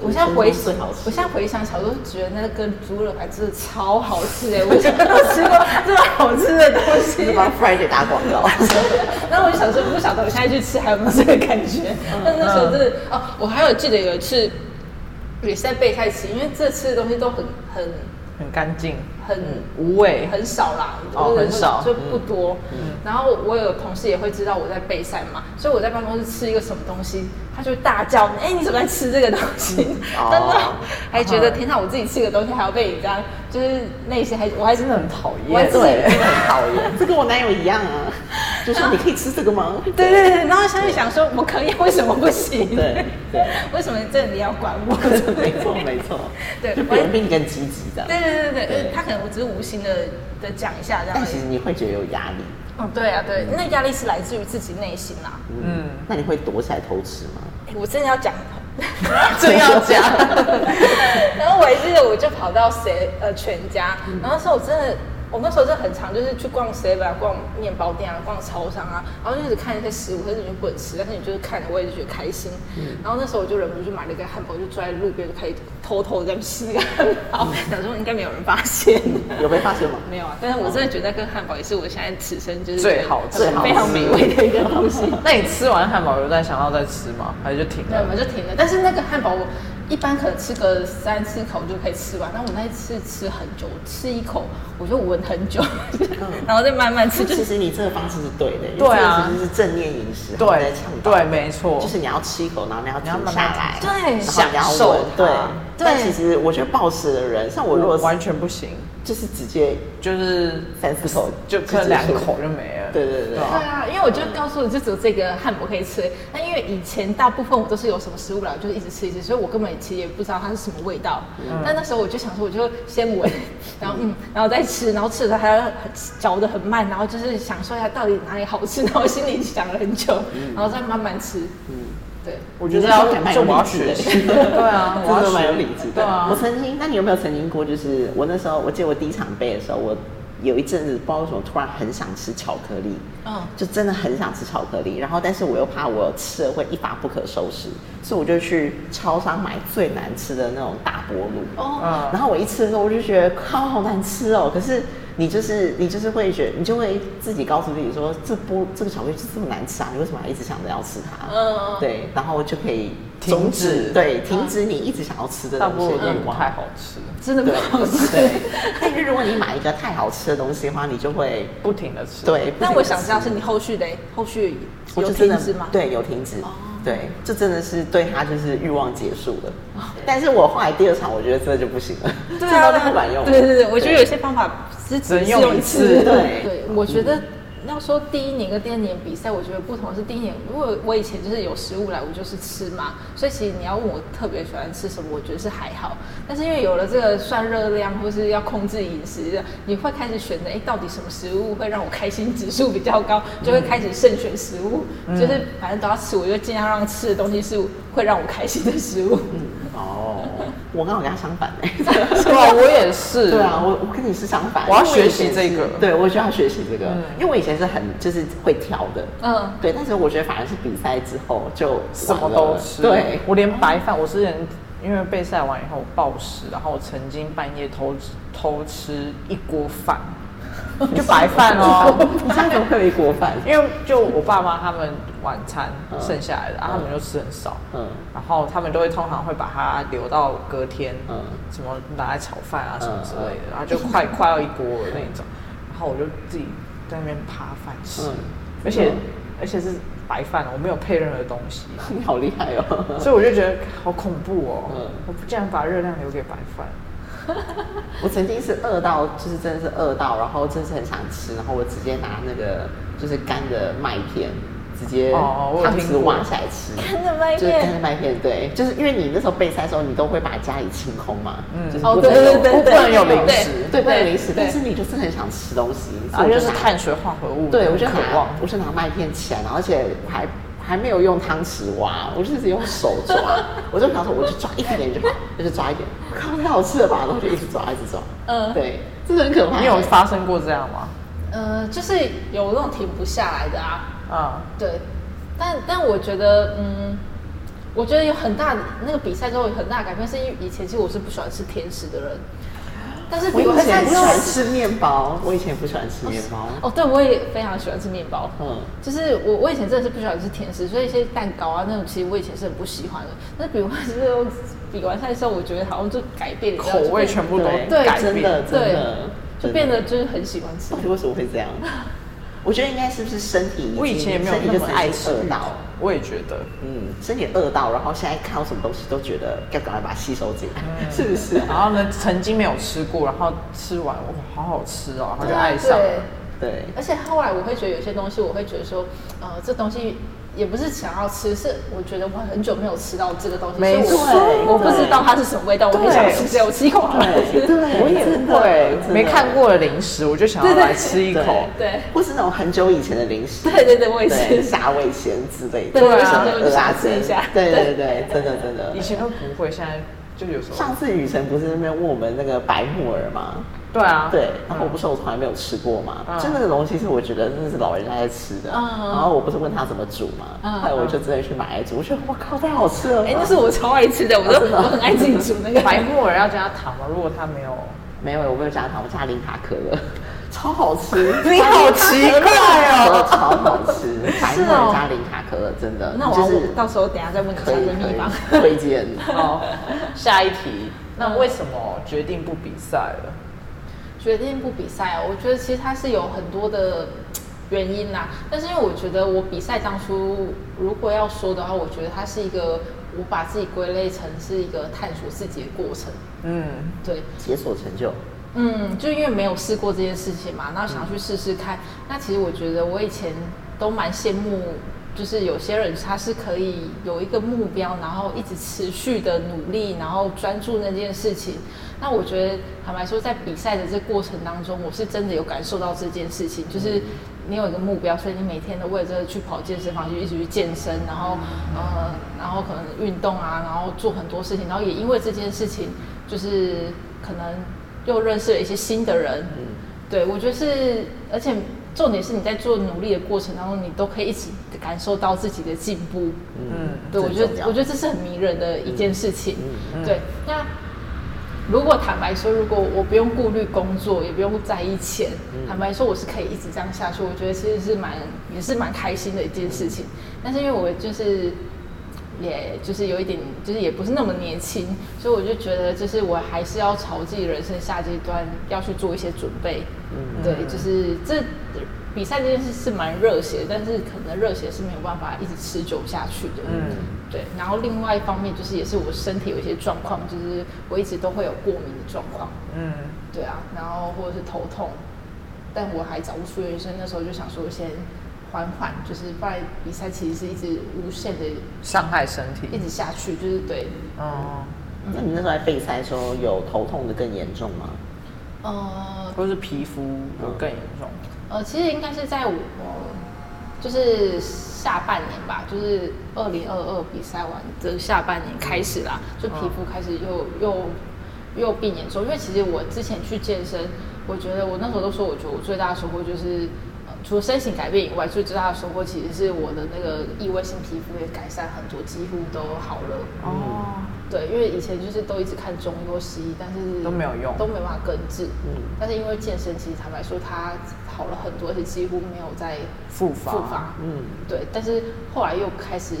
[SPEAKER 3] 我现在回
[SPEAKER 2] 人生中最好吃
[SPEAKER 3] 我现在回想起来，我都觉得那根猪肋排真的超好 吃哎、我真的没有吃过这么好吃的东
[SPEAKER 2] 是
[SPEAKER 3] 西。
[SPEAKER 2] 帮 Friday 打广告，
[SPEAKER 3] 然后我就想说，不晓得我现在去吃还有没有这个感觉。
[SPEAKER 2] 嗯
[SPEAKER 3] 但那时候真的哦，我还有记得有一次也是在备菜期，因为这次的东西都很很
[SPEAKER 1] 很干净、
[SPEAKER 3] 很。
[SPEAKER 1] 无味，
[SPEAKER 3] 很少啦，
[SPEAKER 1] 哦
[SPEAKER 3] 就是
[SPEAKER 1] 很少
[SPEAKER 3] 就不多。
[SPEAKER 2] 嗯
[SPEAKER 3] 然后我有同事也会知道我在备赛嘛，所以我在办公室吃一个什么东西，他就会大叫：“哎、你怎么在吃这个东西？”
[SPEAKER 2] 哦
[SPEAKER 3] 真的还觉得
[SPEAKER 1] 嗯
[SPEAKER 3] 天哪，我自己吃个东西还要被你这样，就是内心还我还真
[SPEAKER 1] 真的很讨
[SPEAKER 3] 我还
[SPEAKER 1] 厌。
[SPEAKER 3] 自己
[SPEAKER 2] 对，很讨厌， 这跟我男友一样啊，就说你可以吃这个吗？
[SPEAKER 3] 对对对，然后现在想说我可以，为什么不行？
[SPEAKER 2] 对对，
[SPEAKER 3] 为什么这你要管 我？
[SPEAKER 2] 没错没错，
[SPEAKER 3] 对
[SPEAKER 2] 就别人比你更积极的，
[SPEAKER 3] 对对对对
[SPEAKER 2] 对
[SPEAKER 3] 对，他可能我只是无心的的讲一下这样
[SPEAKER 2] 但
[SPEAKER 3] 而
[SPEAKER 2] 哎其实
[SPEAKER 3] 已。
[SPEAKER 2] 你会觉得有压力，
[SPEAKER 3] 嗯，对啊，对，那压力是来自于自己内心啦。
[SPEAKER 1] 嗯，
[SPEAKER 2] 那你会躲起来偷吃 吗？
[SPEAKER 3] 哎我真的要讲，
[SPEAKER 1] 真要讲，
[SPEAKER 3] 然后我还记得我就跑到谁呃全家，
[SPEAKER 1] 嗯
[SPEAKER 3] 然后那时候我真的。我那时候就很常就是去逛 seven 啊，逛面包店啊，逛超商啊，然后就一直看一些食物，可是你就不能吃，但是你就是看了，我也就觉得开心。
[SPEAKER 1] 嗯
[SPEAKER 3] 然后那时候我就忍不住就买了一个汉堡，就坐在路边就开始偷偷地在吃那个汉堡，
[SPEAKER 1] 嗯
[SPEAKER 3] 想说应该没有人发现。
[SPEAKER 2] 有被发 现吗？
[SPEAKER 3] 没有啊，但是我真的觉得那个汉堡也是我现在此生就是
[SPEAKER 1] 最好吃
[SPEAKER 3] 觉得非常美味的一个 东西。
[SPEAKER 1] 那你吃完汉堡有在想要再吃吗？还是就停
[SPEAKER 3] 对，我
[SPEAKER 1] 了？
[SPEAKER 3] 们就停了。但是那个汉堡我一般可能吃个三四口就可以吃完，但我那一次吃很久，我吃一口我就闻很久， 然后再慢慢吃，
[SPEAKER 2] 这
[SPEAKER 3] 就
[SPEAKER 2] 其
[SPEAKER 3] 是
[SPEAKER 2] 实你这个方式是对的，
[SPEAKER 1] 对啊
[SPEAKER 2] 因为这个其实是正念饮食，他们
[SPEAKER 1] 对
[SPEAKER 2] 在倡导的
[SPEAKER 1] 对，没错，
[SPEAKER 2] 就是你要吃一口，然后你要
[SPEAKER 1] 你要
[SPEAKER 2] 停
[SPEAKER 1] 慢慢
[SPEAKER 2] 下来，
[SPEAKER 3] 对
[SPEAKER 2] 然后你要
[SPEAKER 1] 享受
[SPEAKER 2] 闻
[SPEAKER 1] 它
[SPEAKER 2] 对
[SPEAKER 3] 对
[SPEAKER 2] 但其实我觉得暴食的人，像我如果
[SPEAKER 1] 我
[SPEAKER 2] 是
[SPEAKER 1] 完全不行，
[SPEAKER 2] 就是直接，
[SPEAKER 1] 就是
[SPEAKER 2] 三四口
[SPEAKER 1] 就可能两口就没了。
[SPEAKER 2] 对对对
[SPEAKER 3] 对
[SPEAKER 1] 啊
[SPEAKER 3] 啊，因为我就告诉我就只有这个汉堡可以吃，那因为以前大部分我都是有什么食物来我就一直吃一直吃，所以我根本其实也不知道它是什么味道。但那时候我就想说，我就先闻，然后嗯，然后再吃，然后吃的还要很嚼得很慢，然后就是想说一下到底哪里好吃， 然后心里想了很久，然后再慢慢吃。嗯，对。
[SPEAKER 2] 我
[SPEAKER 1] 觉得要就我要学习 对啊我要
[SPEAKER 2] 真的蛮有
[SPEAKER 1] 学
[SPEAKER 2] 理智的。
[SPEAKER 1] 对啊
[SPEAKER 2] 我曾经，那你有没有曾经过？就是我那时候，我记得我第一场背的时候，我有一阵子不知道为什么突然很想吃巧克力，
[SPEAKER 3] 嗯
[SPEAKER 2] 就真的很想吃巧克力，然后但是我又怕我吃了会一发不可收拾，所以我就去超商买最难吃的那种大波露。
[SPEAKER 3] 哦，
[SPEAKER 1] 嗯
[SPEAKER 2] 然后我一吃的时候，我就觉得靠，好难吃哦！可是你就是你就是会觉你就会自己告诉自己说，这波这个巧克力就这么难吃啊，你为什么还一直想着要吃它？
[SPEAKER 3] 嗯
[SPEAKER 2] 对，然后就可以
[SPEAKER 1] 停
[SPEAKER 2] 终
[SPEAKER 1] 止
[SPEAKER 2] 对，停止你一直想要吃的
[SPEAKER 1] 大
[SPEAKER 2] 东
[SPEAKER 1] 部
[SPEAKER 2] 西
[SPEAKER 1] 分
[SPEAKER 2] 的
[SPEAKER 1] 都
[SPEAKER 2] 欲
[SPEAKER 1] 不
[SPEAKER 2] 望。
[SPEAKER 1] 太好吃，
[SPEAKER 3] 真的不好吃。
[SPEAKER 2] 对，但是如果你买一个太好吃的东西的话，你就会
[SPEAKER 1] 不停的吃。，
[SPEAKER 2] 对。
[SPEAKER 3] 但
[SPEAKER 2] 不
[SPEAKER 3] 我
[SPEAKER 2] 停地
[SPEAKER 3] 想知道
[SPEAKER 2] 吃
[SPEAKER 3] 是你后续嘞，后续
[SPEAKER 2] 我
[SPEAKER 3] 有
[SPEAKER 2] 就真
[SPEAKER 3] 停
[SPEAKER 2] 的
[SPEAKER 3] 止吗？，哦
[SPEAKER 2] 对，有停止。对，这真的是对他就是欲望结束了。但是我后来第二场，我觉得真的就不行了，
[SPEAKER 3] 哦对
[SPEAKER 2] 这
[SPEAKER 3] 啊，
[SPEAKER 2] 招就不管用了。
[SPEAKER 3] 对对对，我觉得有些方法是
[SPEAKER 1] 只能
[SPEAKER 3] 是
[SPEAKER 1] 用
[SPEAKER 3] 用
[SPEAKER 1] 一
[SPEAKER 3] 一
[SPEAKER 1] 次
[SPEAKER 3] 次。
[SPEAKER 2] 对
[SPEAKER 3] 对，我觉得要说第一年跟第二年比赛，我觉得不同的是第一年，因为我以前就是有食物来，我就是吃嘛，所以其实你要问我特别喜欢吃什么，我觉得是还好。但是因为有了这个算热量或是要控制饮食，你会开始选择，哎，到底什么食物会让我开心指数比较高，就会开始慎选食物，
[SPEAKER 2] 嗯
[SPEAKER 3] 就是反正都要吃，我就尽量让吃的东西是嗯会让我开心的食物。
[SPEAKER 2] 哦，我刚好跟他相反哎、
[SPEAKER 1] 是吧？啊我也是。
[SPEAKER 2] 对啊，我我跟你是相反。
[SPEAKER 1] 我要
[SPEAKER 2] 因为以
[SPEAKER 1] 学习
[SPEAKER 2] 前
[SPEAKER 1] 这
[SPEAKER 2] 是
[SPEAKER 1] 个嗯
[SPEAKER 2] 对我需要学习这个，因为我以前是很就是会挑的。
[SPEAKER 3] 嗯，
[SPEAKER 2] 对，但是我觉得反而是比赛之后就
[SPEAKER 1] 什么
[SPEAKER 2] 完了
[SPEAKER 1] 都吃。
[SPEAKER 2] 对，
[SPEAKER 1] 我连白饭，我之前因为备赛完以后暴食，然后我曾经半夜偷偷吃一锅 饭，就白饭哦。
[SPEAKER 2] 你这样怎么会有一锅饭？
[SPEAKER 1] 因为就我爸妈他们晚餐
[SPEAKER 2] 嗯
[SPEAKER 1] 剩下来的，啊，他们就吃很少，
[SPEAKER 2] 嗯
[SPEAKER 1] 然后他们都会通常会把它留到隔天，
[SPEAKER 2] 嗯
[SPEAKER 1] 什么拿来炒饭啊什么之类
[SPEAKER 2] 嗯
[SPEAKER 1] 的，然后就快快要一锅了那种，然后我就自己在那边扒饭吃，
[SPEAKER 2] 嗯
[SPEAKER 1] 而且、
[SPEAKER 2] 嗯
[SPEAKER 1] 而且是白饭，哦我没有配任何东西，
[SPEAKER 2] 你好厉害哦！
[SPEAKER 1] 所以我就觉得好恐怖哦，
[SPEAKER 2] 嗯
[SPEAKER 1] 我不竟然把热量留给白饭，
[SPEAKER 2] 我曾经是饿到，就是真的是饿到，然后真是很想吃，然后我直接拿那个就是干的麦片，直接
[SPEAKER 1] 哦我有
[SPEAKER 2] 汤
[SPEAKER 1] 听
[SPEAKER 2] 匙
[SPEAKER 1] 过
[SPEAKER 2] 挖起来吃。
[SPEAKER 3] 看着麦
[SPEAKER 2] 就是干
[SPEAKER 3] 片
[SPEAKER 2] 的。麦片，对，就是因为你那时候备赛的时候，你都会把家里清空嘛，
[SPEAKER 1] 嗯
[SPEAKER 2] 就是
[SPEAKER 3] 哦，
[SPEAKER 2] 不
[SPEAKER 3] 对
[SPEAKER 2] 能有
[SPEAKER 3] 对对，
[SPEAKER 1] 不能有零食
[SPEAKER 2] 对，不能零食，但
[SPEAKER 3] 对啊
[SPEAKER 2] 是你就是很想吃东西，
[SPEAKER 1] 然
[SPEAKER 2] 所
[SPEAKER 1] 后
[SPEAKER 2] 以我
[SPEAKER 1] 啊就是
[SPEAKER 2] 拿
[SPEAKER 1] 碳水化合物，
[SPEAKER 2] 对，我就
[SPEAKER 1] 渴
[SPEAKER 2] 拿
[SPEAKER 1] 望，
[SPEAKER 2] 我就拿麦片起来，然后而且我还还没有用汤匙挖，我就是用手 抓，我就想说我就抓一点点就好，我就抓一点，靠，太好吃了吧，然后就一直抓一直抓，
[SPEAKER 3] 嗯
[SPEAKER 2] 对，这很可怕。
[SPEAKER 1] 你有发生过这样吗？
[SPEAKER 3] 呃，就是有那种停不下来的啊，
[SPEAKER 1] 啊、
[SPEAKER 3] 对。但但我觉得，嗯，我觉得有很大的那个比赛之后有很大的改变，是因为以前其实我是不喜欢吃甜食的人，但是
[SPEAKER 2] 我
[SPEAKER 3] 比
[SPEAKER 2] 以
[SPEAKER 3] 赛
[SPEAKER 2] 前不
[SPEAKER 3] 之
[SPEAKER 2] 喜
[SPEAKER 3] 后
[SPEAKER 2] 欢，吃面包，我以前不喜欢吃面包，
[SPEAKER 3] 哦，对，我也非常喜欢吃面包，
[SPEAKER 2] 嗯，
[SPEAKER 3] 就是我我以前真的是不喜欢吃甜食，所以一些蛋糕啊那种，其实我以前是很不喜欢的。但是比完之后，比完赛之后，我觉得好像就改变了，
[SPEAKER 1] 口味全部都
[SPEAKER 3] 对
[SPEAKER 1] 改
[SPEAKER 2] 真的
[SPEAKER 1] 变，
[SPEAKER 2] 真的
[SPEAKER 3] 就
[SPEAKER 2] 真
[SPEAKER 3] 变
[SPEAKER 2] 的
[SPEAKER 3] 得就是很喜欢吃
[SPEAKER 2] 到。底为什么会这样？我觉得应该是不是身体已经，
[SPEAKER 1] 我以前也没有
[SPEAKER 2] 身体
[SPEAKER 1] 那
[SPEAKER 2] 就
[SPEAKER 1] 么
[SPEAKER 2] 曾
[SPEAKER 1] 爱
[SPEAKER 2] 经
[SPEAKER 1] 吃
[SPEAKER 2] 饿
[SPEAKER 1] 芋头
[SPEAKER 2] 到，
[SPEAKER 1] 我也觉得，
[SPEAKER 2] 嗯，身体饿到，然后现在看到什么东西都觉得要赶快把它吸收进来，是不是？啊
[SPEAKER 1] 然后呢，曾经没有吃过，然后吃完哇，好好吃哦，然
[SPEAKER 2] 啊
[SPEAKER 1] 后就爱上
[SPEAKER 3] 对
[SPEAKER 1] 了。
[SPEAKER 2] 对，
[SPEAKER 3] 而且后来我会觉得有些东西，我会觉得说，呃，这东西也不是想要吃，是我觉得我很久没有吃到这个东西，
[SPEAKER 1] 没
[SPEAKER 3] 所以
[SPEAKER 1] 错
[SPEAKER 3] 我我不知道它是什么味道，我很想吃，所以我吃一口好了。
[SPEAKER 2] 对，对
[SPEAKER 1] 我也
[SPEAKER 2] 真的
[SPEAKER 1] 会没看，过的零食，我就想要
[SPEAKER 3] 对对
[SPEAKER 1] 来吃一
[SPEAKER 2] 真的
[SPEAKER 1] 口。
[SPEAKER 3] 对
[SPEAKER 2] 或是那种很久以前的零食，
[SPEAKER 3] 对对对，我也
[SPEAKER 2] 对，
[SPEAKER 3] 是。
[SPEAKER 2] 虾味鲜之类的，
[SPEAKER 3] 对
[SPEAKER 1] 对啊
[SPEAKER 2] 什么
[SPEAKER 3] 我就
[SPEAKER 2] 蚵仔
[SPEAKER 3] 想吃一下
[SPEAKER 2] 煎对对对，真的真
[SPEAKER 1] 以
[SPEAKER 2] 的。
[SPEAKER 1] 前都不会，现在就有时候。
[SPEAKER 2] 上次雨辰不是那边问我们那个白木耳吗？
[SPEAKER 1] 对啊，
[SPEAKER 2] 对，
[SPEAKER 3] 嗯
[SPEAKER 2] 然后我不是我从来没有吃过嘛，
[SPEAKER 1] 嗯
[SPEAKER 2] 就那个东西是我觉得真的是老人家在吃的，
[SPEAKER 3] 嗯
[SPEAKER 2] 然后我不是问他怎么煮嘛，
[SPEAKER 3] 嗯
[SPEAKER 2] 后来我就真的去买来煮，我觉得哇靠，太好吃了吧！
[SPEAKER 3] 哎，那是我超爱吃的，我都
[SPEAKER 2] 真的
[SPEAKER 3] 我很爱自己煮那个
[SPEAKER 1] 白 木耳要加糖吗？如果它没有，
[SPEAKER 2] 没有，我没有加糖，我加零卡可 乐，超好 吃。
[SPEAKER 1] 你好奇怪哦
[SPEAKER 2] 超好 吃，白木耳加零卡可乐，真的。
[SPEAKER 3] 哦那我
[SPEAKER 2] 就
[SPEAKER 3] 要
[SPEAKER 2] 是
[SPEAKER 3] 问到时候等一下再问你
[SPEAKER 2] 可
[SPEAKER 3] 下
[SPEAKER 2] 以
[SPEAKER 3] 的秘方。
[SPEAKER 2] 可以推荐。
[SPEAKER 1] 好，下一题。那为什么决定不比赛了？
[SPEAKER 3] 决定不比赛哦，我觉得其实它是有很多的原因啦。但是因为我觉得我比赛当初如果要说的话，我觉得它是一个我把自己归类成是一个探索自己的过程。
[SPEAKER 1] 嗯，
[SPEAKER 3] 对，
[SPEAKER 2] 解锁成就，
[SPEAKER 3] 嗯，就因为没有试过这件事情嘛，然后想要去试试看。那其实我觉得我以前都蛮羡慕，就是有些人他是可以有一个目标，然后一直持续的努力，然后专注那件事情。那我觉得坦白说，在比赛的这过程当中，我是真的有感受到这件事情，就是你有一个目标，所以你每天都为了这个去跑健身房，就一直去健身，然后呃，然后可能运动啊，然后做很多事情，然后也因为这件事情，就是可能又认识了一些新的人。对，我觉得是，而且重点是你在做努力的过程当中，你都可以一直感受到自己的进步。
[SPEAKER 2] 嗯，
[SPEAKER 3] 对，我觉
[SPEAKER 2] 这很重
[SPEAKER 3] 得
[SPEAKER 2] 要
[SPEAKER 3] 我觉得这是很迷人的一件事情。对，那如果坦白说，如果我不用顾虑工作，也不用在意钱，坦白说，我是可以一直这样下去。我觉得其实是蛮也是蛮开心的一件事情。但是因为我就是。也就是有一点，就是也不是那么年轻，所以我就觉得，就是我还是要朝自己人生下阶段要去做一些准备。对，就是这比赛这件事是蛮热血，但是可能热血是没有办法一直持久下去的。
[SPEAKER 1] 嗯，
[SPEAKER 3] 对，然后另外一方面就是也是我身体有一些状况，就是我一直都会有过敏的状况，
[SPEAKER 1] 嗯，
[SPEAKER 3] 对啊，然后或者是头痛，但我还找不出原因，所以那时候就想说先缓缓，就是不然比赛其实是一直无限的
[SPEAKER 1] 伤害身体
[SPEAKER 3] 一。直下去，就是对，
[SPEAKER 1] 哦，
[SPEAKER 2] 那你那时候在备赛的时候有头痛的更严重吗？
[SPEAKER 3] 呃
[SPEAKER 1] 或是皮肤有更严重。
[SPEAKER 3] 呃，其实应该是在我就是下半年吧，就是二零二二比赛完的下半年开始啦，
[SPEAKER 1] 嗯
[SPEAKER 3] 就皮肤开始又、又又变严重。因为其实我之前去健身，我觉得我那时候都说，我觉得我最大的收获就是。呃除了身形改变以外，最最大的收获其实是我的那个异位性皮肤也改善很多，几乎都好了。
[SPEAKER 1] 哦，
[SPEAKER 3] 对，因为以前就是都一直看中医或西医，但是
[SPEAKER 1] 都没有用
[SPEAKER 3] 都没办法根治。
[SPEAKER 2] 嗯
[SPEAKER 3] 但是因为健身，其实坦白说，它好了很多，而且几乎没有再
[SPEAKER 1] 复发。
[SPEAKER 3] 复发。
[SPEAKER 2] 嗯，
[SPEAKER 3] 对，但是后来又开始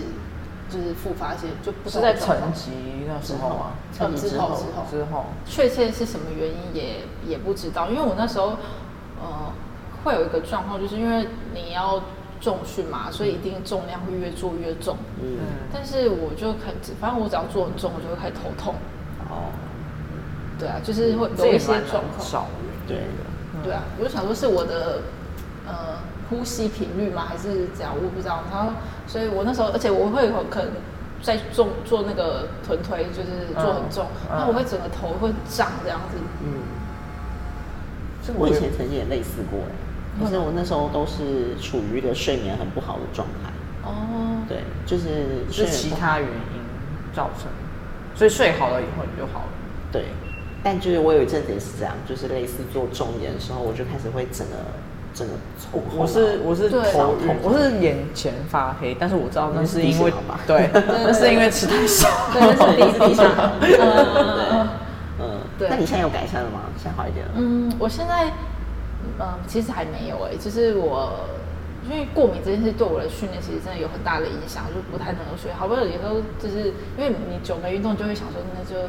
[SPEAKER 3] 就是复发，而且就不
[SPEAKER 1] 不
[SPEAKER 3] 知
[SPEAKER 1] 是
[SPEAKER 3] 道
[SPEAKER 1] 在
[SPEAKER 3] 为什
[SPEAKER 1] 成
[SPEAKER 3] 么
[SPEAKER 1] 绩那时候吗？
[SPEAKER 3] 呃
[SPEAKER 2] 成绩
[SPEAKER 3] 之
[SPEAKER 2] 之
[SPEAKER 3] 后
[SPEAKER 2] 后
[SPEAKER 3] 之后
[SPEAKER 1] 之后，
[SPEAKER 3] 确切是什么原因也也不知道，因为我那时候呃会有一个状况，就是因为你要重训嘛，所以一定重量会越做越重。
[SPEAKER 2] 嗯，
[SPEAKER 3] 但是我就开始，反正我只要做很重，我就会开始头痛。
[SPEAKER 2] 哦，
[SPEAKER 3] 对啊，就是会
[SPEAKER 1] 这
[SPEAKER 3] 有
[SPEAKER 1] 也蛮
[SPEAKER 3] 一些
[SPEAKER 1] 难
[SPEAKER 3] 状况。
[SPEAKER 1] 找
[SPEAKER 2] 对，
[SPEAKER 3] 对啊，我就想说是我的呃呼吸频率吗，还是怎样？我不知道。然后，所以我那时候，而且我会有可能在重做那个臀推，就是做很重，
[SPEAKER 1] 嗯嗯
[SPEAKER 3] 那、我会整个头会胀这样子。
[SPEAKER 1] 嗯这
[SPEAKER 2] 我以前曾经也类似过哎，可是我那时候都是处于一个睡眠很不好的状态，
[SPEAKER 3] 哦，
[SPEAKER 2] 对，就是睡
[SPEAKER 1] 是
[SPEAKER 2] 眠
[SPEAKER 1] 其
[SPEAKER 2] 不好
[SPEAKER 1] 他原因造成的，所以睡好了以后你就好了。
[SPEAKER 2] 对，但就是我有一阵子也是这样，就是类似做重演的时候，我就开始会整个整个头痛啊
[SPEAKER 1] 我是我是
[SPEAKER 3] 对
[SPEAKER 1] 头
[SPEAKER 2] 头
[SPEAKER 1] 晕
[SPEAKER 2] 痛，
[SPEAKER 1] 我是眼前发黑，但是我知道那
[SPEAKER 2] 你
[SPEAKER 1] 是
[SPEAKER 2] 是
[SPEAKER 1] 因为
[SPEAKER 2] 低血糖吧
[SPEAKER 1] 对，那是因为吃太少。
[SPEAKER 3] 对，那是第一次
[SPEAKER 2] 低血糖
[SPEAKER 3] 嗯
[SPEAKER 2] 对对
[SPEAKER 3] 嗯
[SPEAKER 2] 对
[SPEAKER 3] 嗯
[SPEAKER 2] 对
[SPEAKER 3] 嗯
[SPEAKER 2] 嗯，
[SPEAKER 3] 对
[SPEAKER 2] 那你现在有改善了吗？现在好一点了？
[SPEAKER 3] 嗯，我现在嗯，其实还没有哎、就是我因为过敏这件事对我的训练其实真的有很大的影响，就不太能够睡。好不容易有时候就是因为你久没运动，就会想说那就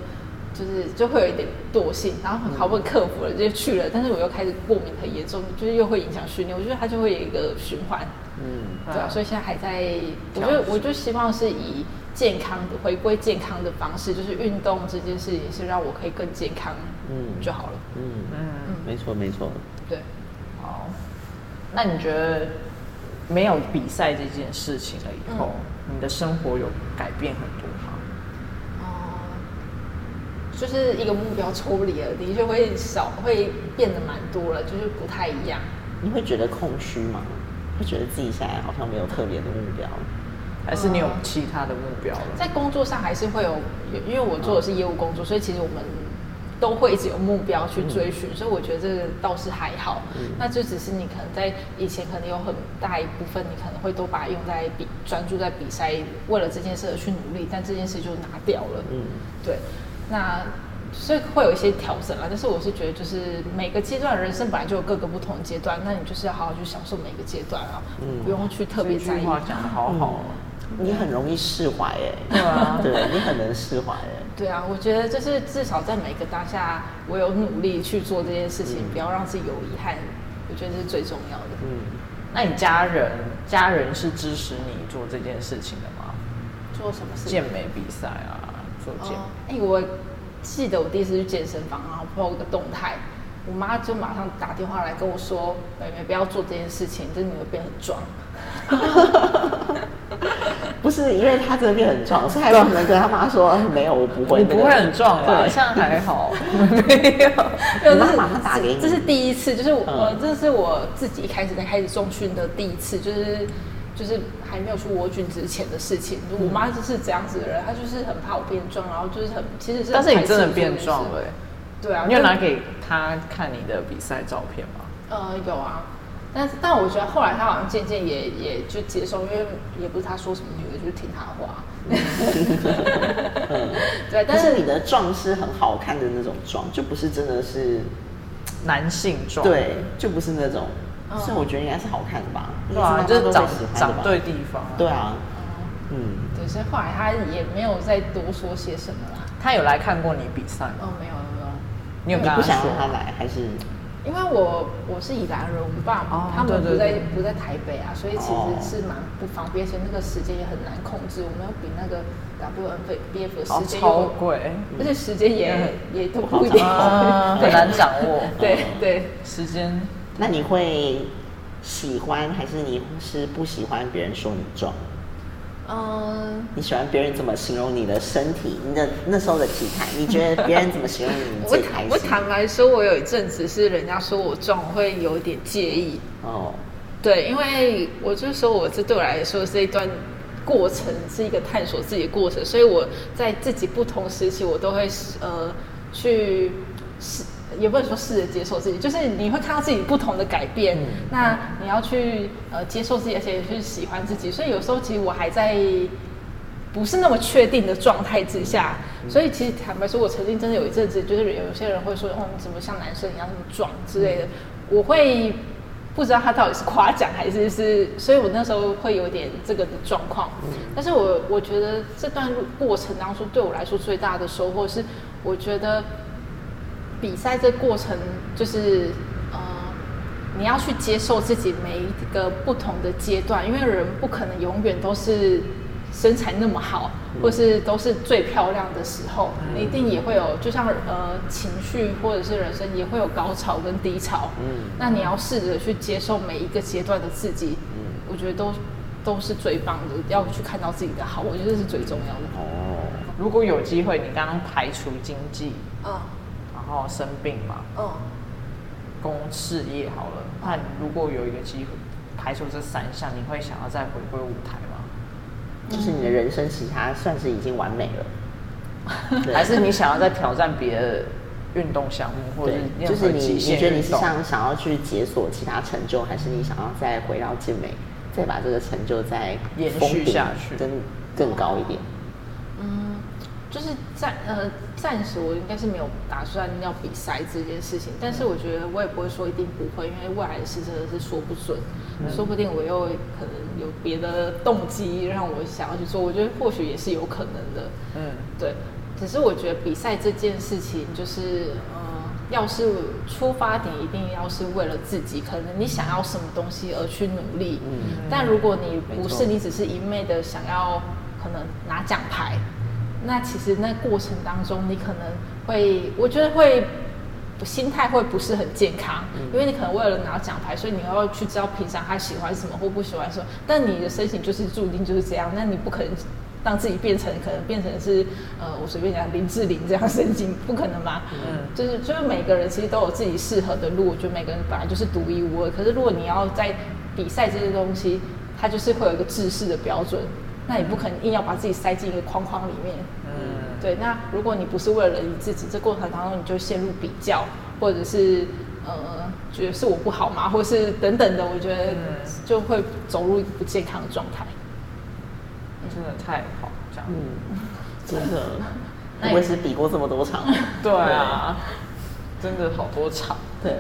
[SPEAKER 3] 就是就会有一点惰性，然后好不容易克服了就去了，但是我又开始过敏很严重，就是又会影响训练，我觉得它就会有一个循环。
[SPEAKER 2] 嗯，
[SPEAKER 3] 对啊，所以现在还在，我
[SPEAKER 1] 调
[SPEAKER 3] 就我就希望是以健康的回归健康的方式，就是运动这件事情是让我可以更健康，
[SPEAKER 2] 嗯
[SPEAKER 3] 嗯，就好了。
[SPEAKER 2] 嗯，
[SPEAKER 1] 嗯，
[SPEAKER 2] 没错没错。
[SPEAKER 3] 对，
[SPEAKER 1] 好。那你觉得没有比赛这件事情了以后，
[SPEAKER 3] 嗯
[SPEAKER 1] 你的生活有改变很多吗？
[SPEAKER 3] 哦、就是一个目标抽离了，的确会少，会变得蛮多了，就是不太一样。
[SPEAKER 2] 你会觉得空虚吗？会觉得自己现在好像没有特别的目标？
[SPEAKER 3] 嗯
[SPEAKER 1] 还是你有其他的目标了？
[SPEAKER 3] 在工作上还是会有，有因为我做的是业务工作，所以其实我们都会一直有目标去追寻，所以我觉得这个倒是还好。那就只是你可能在以前可能有很大一部分，你可能会都把它用在比专注在比赛，为了这件事而去努力，但这件事就拿掉了。
[SPEAKER 2] 嗯，
[SPEAKER 3] 对，那所以会有一些调整啊啦。但是我是觉得，就是每个阶段人生本来就有各个不同的阶段，那你就是要好好去享受每个阶段啊，
[SPEAKER 1] 嗯
[SPEAKER 3] 不用去特别
[SPEAKER 1] 这
[SPEAKER 3] 在
[SPEAKER 1] 句
[SPEAKER 3] 意。嗯
[SPEAKER 1] 话讲的好好哦。
[SPEAKER 2] 你很容易释怀哎，
[SPEAKER 1] 对啊，
[SPEAKER 2] 对你很能释怀哎，
[SPEAKER 3] 对啊，我觉得就是至少在每个当下，我有努力去做这件事情，
[SPEAKER 1] 嗯
[SPEAKER 3] 不要让自己有遗憾，我觉得这是最重要的。
[SPEAKER 1] 那你家人家人是支持你做这件事情的吗？
[SPEAKER 3] 做什么事
[SPEAKER 1] 健？
[SPEAKER 3] 情
[SPEAKER 1] 美比赛啊，做
[SPEAKER 3] 哦
[SPEAKER 1] 健美。
[SPEAKER 3] 哎、我记得我第一次去健身房，然后 PO 一个动态，我妈就马上打电话来跟我说：“妹妹，不要做这件事情，这你会变很壮。”
[SPEAKER 2] 不是因为他真的变很壮，所以还不能跟他妈说哎没有，我不会，
[SPEAKER 1] 你不会很壮啊吧？
[SPEAKER 2] 对
[SPEAKER 1] 现在还 好， 没有。
[SPEAKER 3] 对，
[SPEAKER 2] 你妈
[SPEAKER 3] 这是
[SPEAKER 2] 马上打给你
[SPEAKER 3] 这是第一次，就是我、
[SPEAKER 2] 嗯
[SPEAKER 3] 呃这是我自己一开始在开始重训的第一次，就是就是还没有去窝菌之前的事情。我妈就是这样子的人，她就是很怕我变壮，然后就是很其实是
[SPEAKER 1] 但
[SPEAKER 3] 很排斥
[SPEAKER 1] 是你真的
[SPEAKER 3] 做这件
[SPEAKER 1] 变
[SPEAKER 3] 事
[SPEAKER 1] 壮了、欸，
[SPEAKER 3] 对啊，
[SPEAKER 1] 你有
[SPEAKER 3] 但
[SPEAKER 1] 拿给他看你的比赛照片吗？
[SPEAKER 3] 呃有啊。但是，但我觉得后来她好像渐渐也也就
[SPEAKER 1] 嗯
[SPEAKER 3] 接受，因为也不是她说什么，女的就是听她的话。 对，但
[SPEAKER 2] 但
[SPEAKER 3] 是
[SPEAKER 2] 是你的壮是很好看的那种壮，就不是真的是
[SPEAKER 1] 男性妆，
[SPEAKER 2] 对，就不是那种，
[SPEAKER 3] 嗯
[SPEAKER 2] 所以我觉得应该是好看的吧，
[SPEAKER 1] 对啊，
[SPEAKER 2] 应该
[SPEAKER 1] 就是是
[SPEAKER 2] 大家
[SPEAKER 1] 长
[SPEAKER 2] 都会喜欢的
[SPEAKER 1] 长
[SPEAKER 2] 吧
[SPEAKER 1] 对地方、啊。
[SPEAKER 2] 对啊，嗯，
[SPEAKER 3] 对，所以后来他也没有再多说些什么啦。
[SPEAKER 1] 他有来看过你比赛吗？
[SPEAKER 3] 哦，没有没有，
[SPEAKER 1] 你有
[SPEAKER 2] 你
[SPEAKER 1] 跟他
[SPEAKER 2] 不想
[SPEAKER 1] 说
[SPEAKER 2] 让他来还是
[SPEAKER 3] 因为我我是以兰人，我爸
[SPEAKER 1] 哦
[SPEAKER 3] 妈他们
[SPEAKER 1] 对
[SPEAKER 3] 不在
[SPEAKER 1] 对对
[SPEAKER 3] 不在台北啊，所以其
[SPEAKER 2] 哦
[SPEAKER 3] 实是蛮不方便，而且那个时间也很难控制。我们要比那个 WNBF 的
[SPEAKER 1] 哦
[SPEAKER 3] 时间又
[SPEAKER 1] 超 贵，嗯
[SPEAKER 3] 而且时间也、也都不一定。
[SPEAKER 1] 啊， 很难掌握
[SPEAKER 3] 对对，
[SPEAKER 1] 时间。
[SPEAKER 2] 那你会喜欢还是你是不喜欢别人说你壮？
[SPEAKER 3] 嗯，
[SPEAKER 2] 你喜欢别人怎么形容你的身体？你的那时候的体态，你觉得别人怎么形容你，你
[SPEAKER 3] 我
[SPEAKER 2] 最开 心？
[SPEAKER 3] 坦我坦白说，我有一阵子是人家说我壮，我会有点介意。
[SPEAKER 2] 哦，
[SPEAKER 3] 对，因为我就说我这对我来说这一段过程是一个探索自己的过程，所以我在自己不同时期，我都会呃去试，也不能说试着接受自己，就是你会看到自己不同的改变，那你要去呃接受自己，而且去喜欢自己。所以有时候其实我还在。不是那么确定的状态之下，所以其实坦白说，我曾经真的有一阵子，就是有些人会说，哦，你怎么像男生一样那么壮之类的，我会不知道他到底是夸奖还是是，所以我那时候会有点这个的状况。但是我我觉得这段路过程当中，对我来说最大的收获是，我觉得比赛这过程就是呃，你要去接受自己每一个不同的阶段，因为人不可能永远都是身材那么好，或是都是最漂亮的时候，你一定也会有，就像呃情绪或者是人生也会有高潮跟低潮。
[SPEAKER 2] 嗯
[SPEAKER 3] 那你要试着去接受每一个阶段的自己，我觉得都都是最棒的，要去看到自己的好，我觉得这是最重要的。
[SPEAKER 2] 哦，
[SPEAKER 1] 如果有机会，你刚刚排除经济，
[SPEAKER 3] 嗯
[SPEAKER 1] 然后生病嘛，
[SPEAKER 3] 嗯，
[SPEAKER 1] 公事业好了，那你如果有一个机会排除这三项，你会想要再回归舞台吗？
[SPEAKER 2] 就是你的人生其他算是已经完美了。对
[SPEAKER 1] 还是你想要再挑战别的运动项目，或者是，
[SPEAKER 2] 对
[SPEAKER 1] 任
[SPEAKER 2] 就是
[SPEAKER 1] 何
[SPEAKER 2] 你，
[SPEAKER 1] 极
[SPEAKER 2] 你
[SPEAKER 1] 限
[SPEAKER 2] 觉得你
[SPEAKER 1] 运
[SPEAKER 2] 是
[SPEAKER 1] 动
[SPEAKER 2] 想想要去解锁其他成就，还是你想要再回到健美，再把这个成就再
[SPEAKER 1] 延续
[SPEAKER 2] 封顶
[SPEAKER 1] 下去
[SPEAKER 2] 更更高一点？
[SPEAKER 3] 嗯，就是暂呃暂时我应该是没有打算要比赛这件事情，但是我觉得我也不会说一定不会，因为未来的事真的是说不准，说不定我又可能有别的动机让我想要去做，我觉得或许也是有可能的。
[SPEAKER 1] 嗯，
[SPEAKER 3] 对，只是我觉得比赛这件事情，就是呃，要是出发点一定要是为了自己，可能你想要什么东西而去努力。
[SPEAKER 2] 嗯
[SPEAKER 3] 但如果你
[SPEAKER 2] 没
[SPEAKER 3] 不
[SPEAKER 2] 错
[SPEAKER 3] 是，你只是一昧的想要可能拿奖牌，那其实那过程当中，你可能会，我觉得会。心态会不是很健康，因为你可能为了拿奖牌，所以你要去知道平常他喜欢什么或不喜欢什么。但你的身形就是注定就是这样，那你不可能让自己变成可能变成是呃，我随便讲林志玲这样身形，不可能吧？
[SPEAKER 1] 嗯
[SPEAKER 3] 就是就是每个人其实都有自己适合的路，我觉得每个人本来就是独一无二。可是如果你要在比赛这些东西，它就是会有一个制式的标准，那你不可能硬要把自己塞进一个框框里面。
[SPEAKER 1] 嗯
[SPEAKER 3] 对，那如果你不是为了你自己，这过程当中你就陷入比较，或者是呃觉得是我不好嘛，或是等等的，我觉得
[SPEAKER 1] 嗯
[SPEAKER 3] 就会走入一个不健康的状态。
[SPEAKER 1] 真的太好，这样。
[SPEAKER 2] 嗯，真的，
[SPEAKER 3] 那
[SPEAKER 2] 我也是比过这么 多场，
[SPEAKER 1] 对啊，真的好多场。
[SPEAKER 2] 对，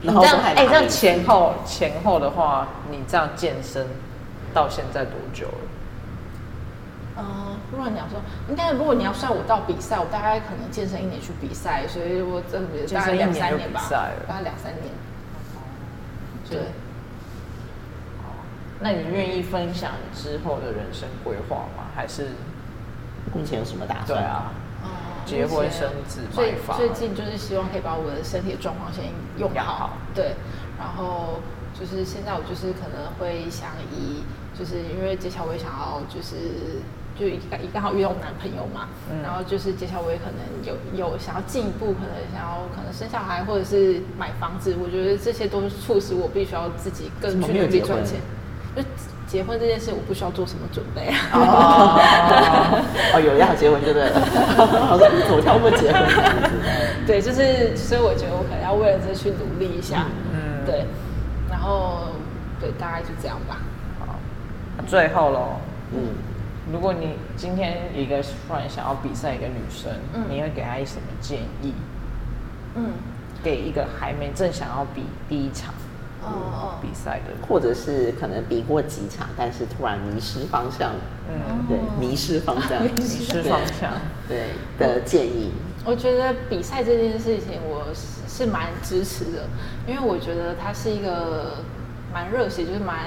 [SPEAKER 1] 你
[SPEAKER 2] 然后
[SPEAKER 1] 这样
[SPEAKER 2] 都还
[SPEAKER 1] 哎、
[SPEAKER 2] 打
[SPEAKER 1] 这样
[SPEAKER 2] 赢
[SPEAKER 1] 前后前后的话，你这样健身到现在多久了？
[SPEAKER 3] 呃，
[SPEAKER 1] 哦
[SPEAKER 3] 如果你要说，应该如果你要算我到比赛，我大概可能健身一年去比赛，所以我这个
[SPEAKER 1] 健身
[SPEAKER 3] 大概
[SPEAKER 1] 一
[SPEAKER 3] 两
[SPEAKER 1] 年
[SPEAKER 3] 三
[SPEAKER 1] 就
[SPEAKER 3] 年
[SPEAKER 1] 比
[SPEAKER 3] 吧
[SPEAKER 1] 赛了，哦
[SPEAKER 3] 大概两三年。
[SPEAKER 1] 对
[SPEAKER 3] 对，
[SPEAKER 1] 那你愿意分享你之后的人生规划吗？还是
[SPEAKER 2] 目前有什么打
[SPEAKER 1] 对
[SPEAKER 2] 算？
[SPEAKER 1] 啊，
[SPEAKER 3] 哦
[SPEAKER 1] 结
[SPEAKER 3] 目
[SPEAKER 1] 婚
[SPEAKER 3] 前
[SPEAKER 1] 生子
[SPEAKER 3] 最
[SPEAKER 1] 买房
[SPEAKER 3] 最近就是希望可以把我的身体的状况先用
[SPEAKER 1] 养
[SPEAKER 3] 好，
[SPEAKER 1] 好
[SPEAKER 3] 对，然后就是现在我就是可能会想以，就是因为接下来我也想要就是。就刚刚好遇到我男朋友嘛，
[SPEAKER 1] 嗯
[SPEAKER 3] 然后就是接下来我也可能有有想要进一步，可能想要可能生小孩或者是买房子，我觉得这些都是促使我必须要自己更
[SPEAKER 2] 怎么
[SPEAKER 3] 去
[SPEAKER 2] 没有
[SPEAKER 3] 努力
[SPEAKER 2] 结
[SPEAKER 3] 赚
[SPEAKER 2] 婚
[SPEAKER 3] 钱。就结婚这件事，我不需要做什么准备 啊。
[SPEAKER 1] 哦，
[SPEAKER 2] 哦，有要结婚就对了。 我说你怎么跳过结婚？
[SPEAKER 3] 对，就是，所以我觉得我可能要为了这去努力一下，
[SPEAKER 1] 嗯
[SPEAKER 3] 对，然后对，大概就这样吧。
[SPEAKER 1] 啊好，最后喽，
[SPEAKER 2] 嗯，
[SPEAKER 1] 如果你今天一个突然想要比赛一个女生，
[SPEAKER 3] 嗯
[SPEAKER 1] 你会给她什么建议？
[SPEAKER 3] 嗯，
[SPEAKER 1] 给一个还没正想要比第一场
[SPEAKER 3] 哦哦，
[SPEAKER 1] 比赛的人，
[SPEAKER 2] 或者是可能比过几场，但是突然迷失方向，
[SPEAKER 1] 嗯，
[SPEAKER 2] 对，迷失方向，哦 迷
[SPEAKER 1] 迷失方向，
[SPEAKER 2] 对的建议，
[SPEAKER 3] 我觉得比赛这件事情，我是是蛮支持的，因为我觉得它是一个蛮热血，就是蛮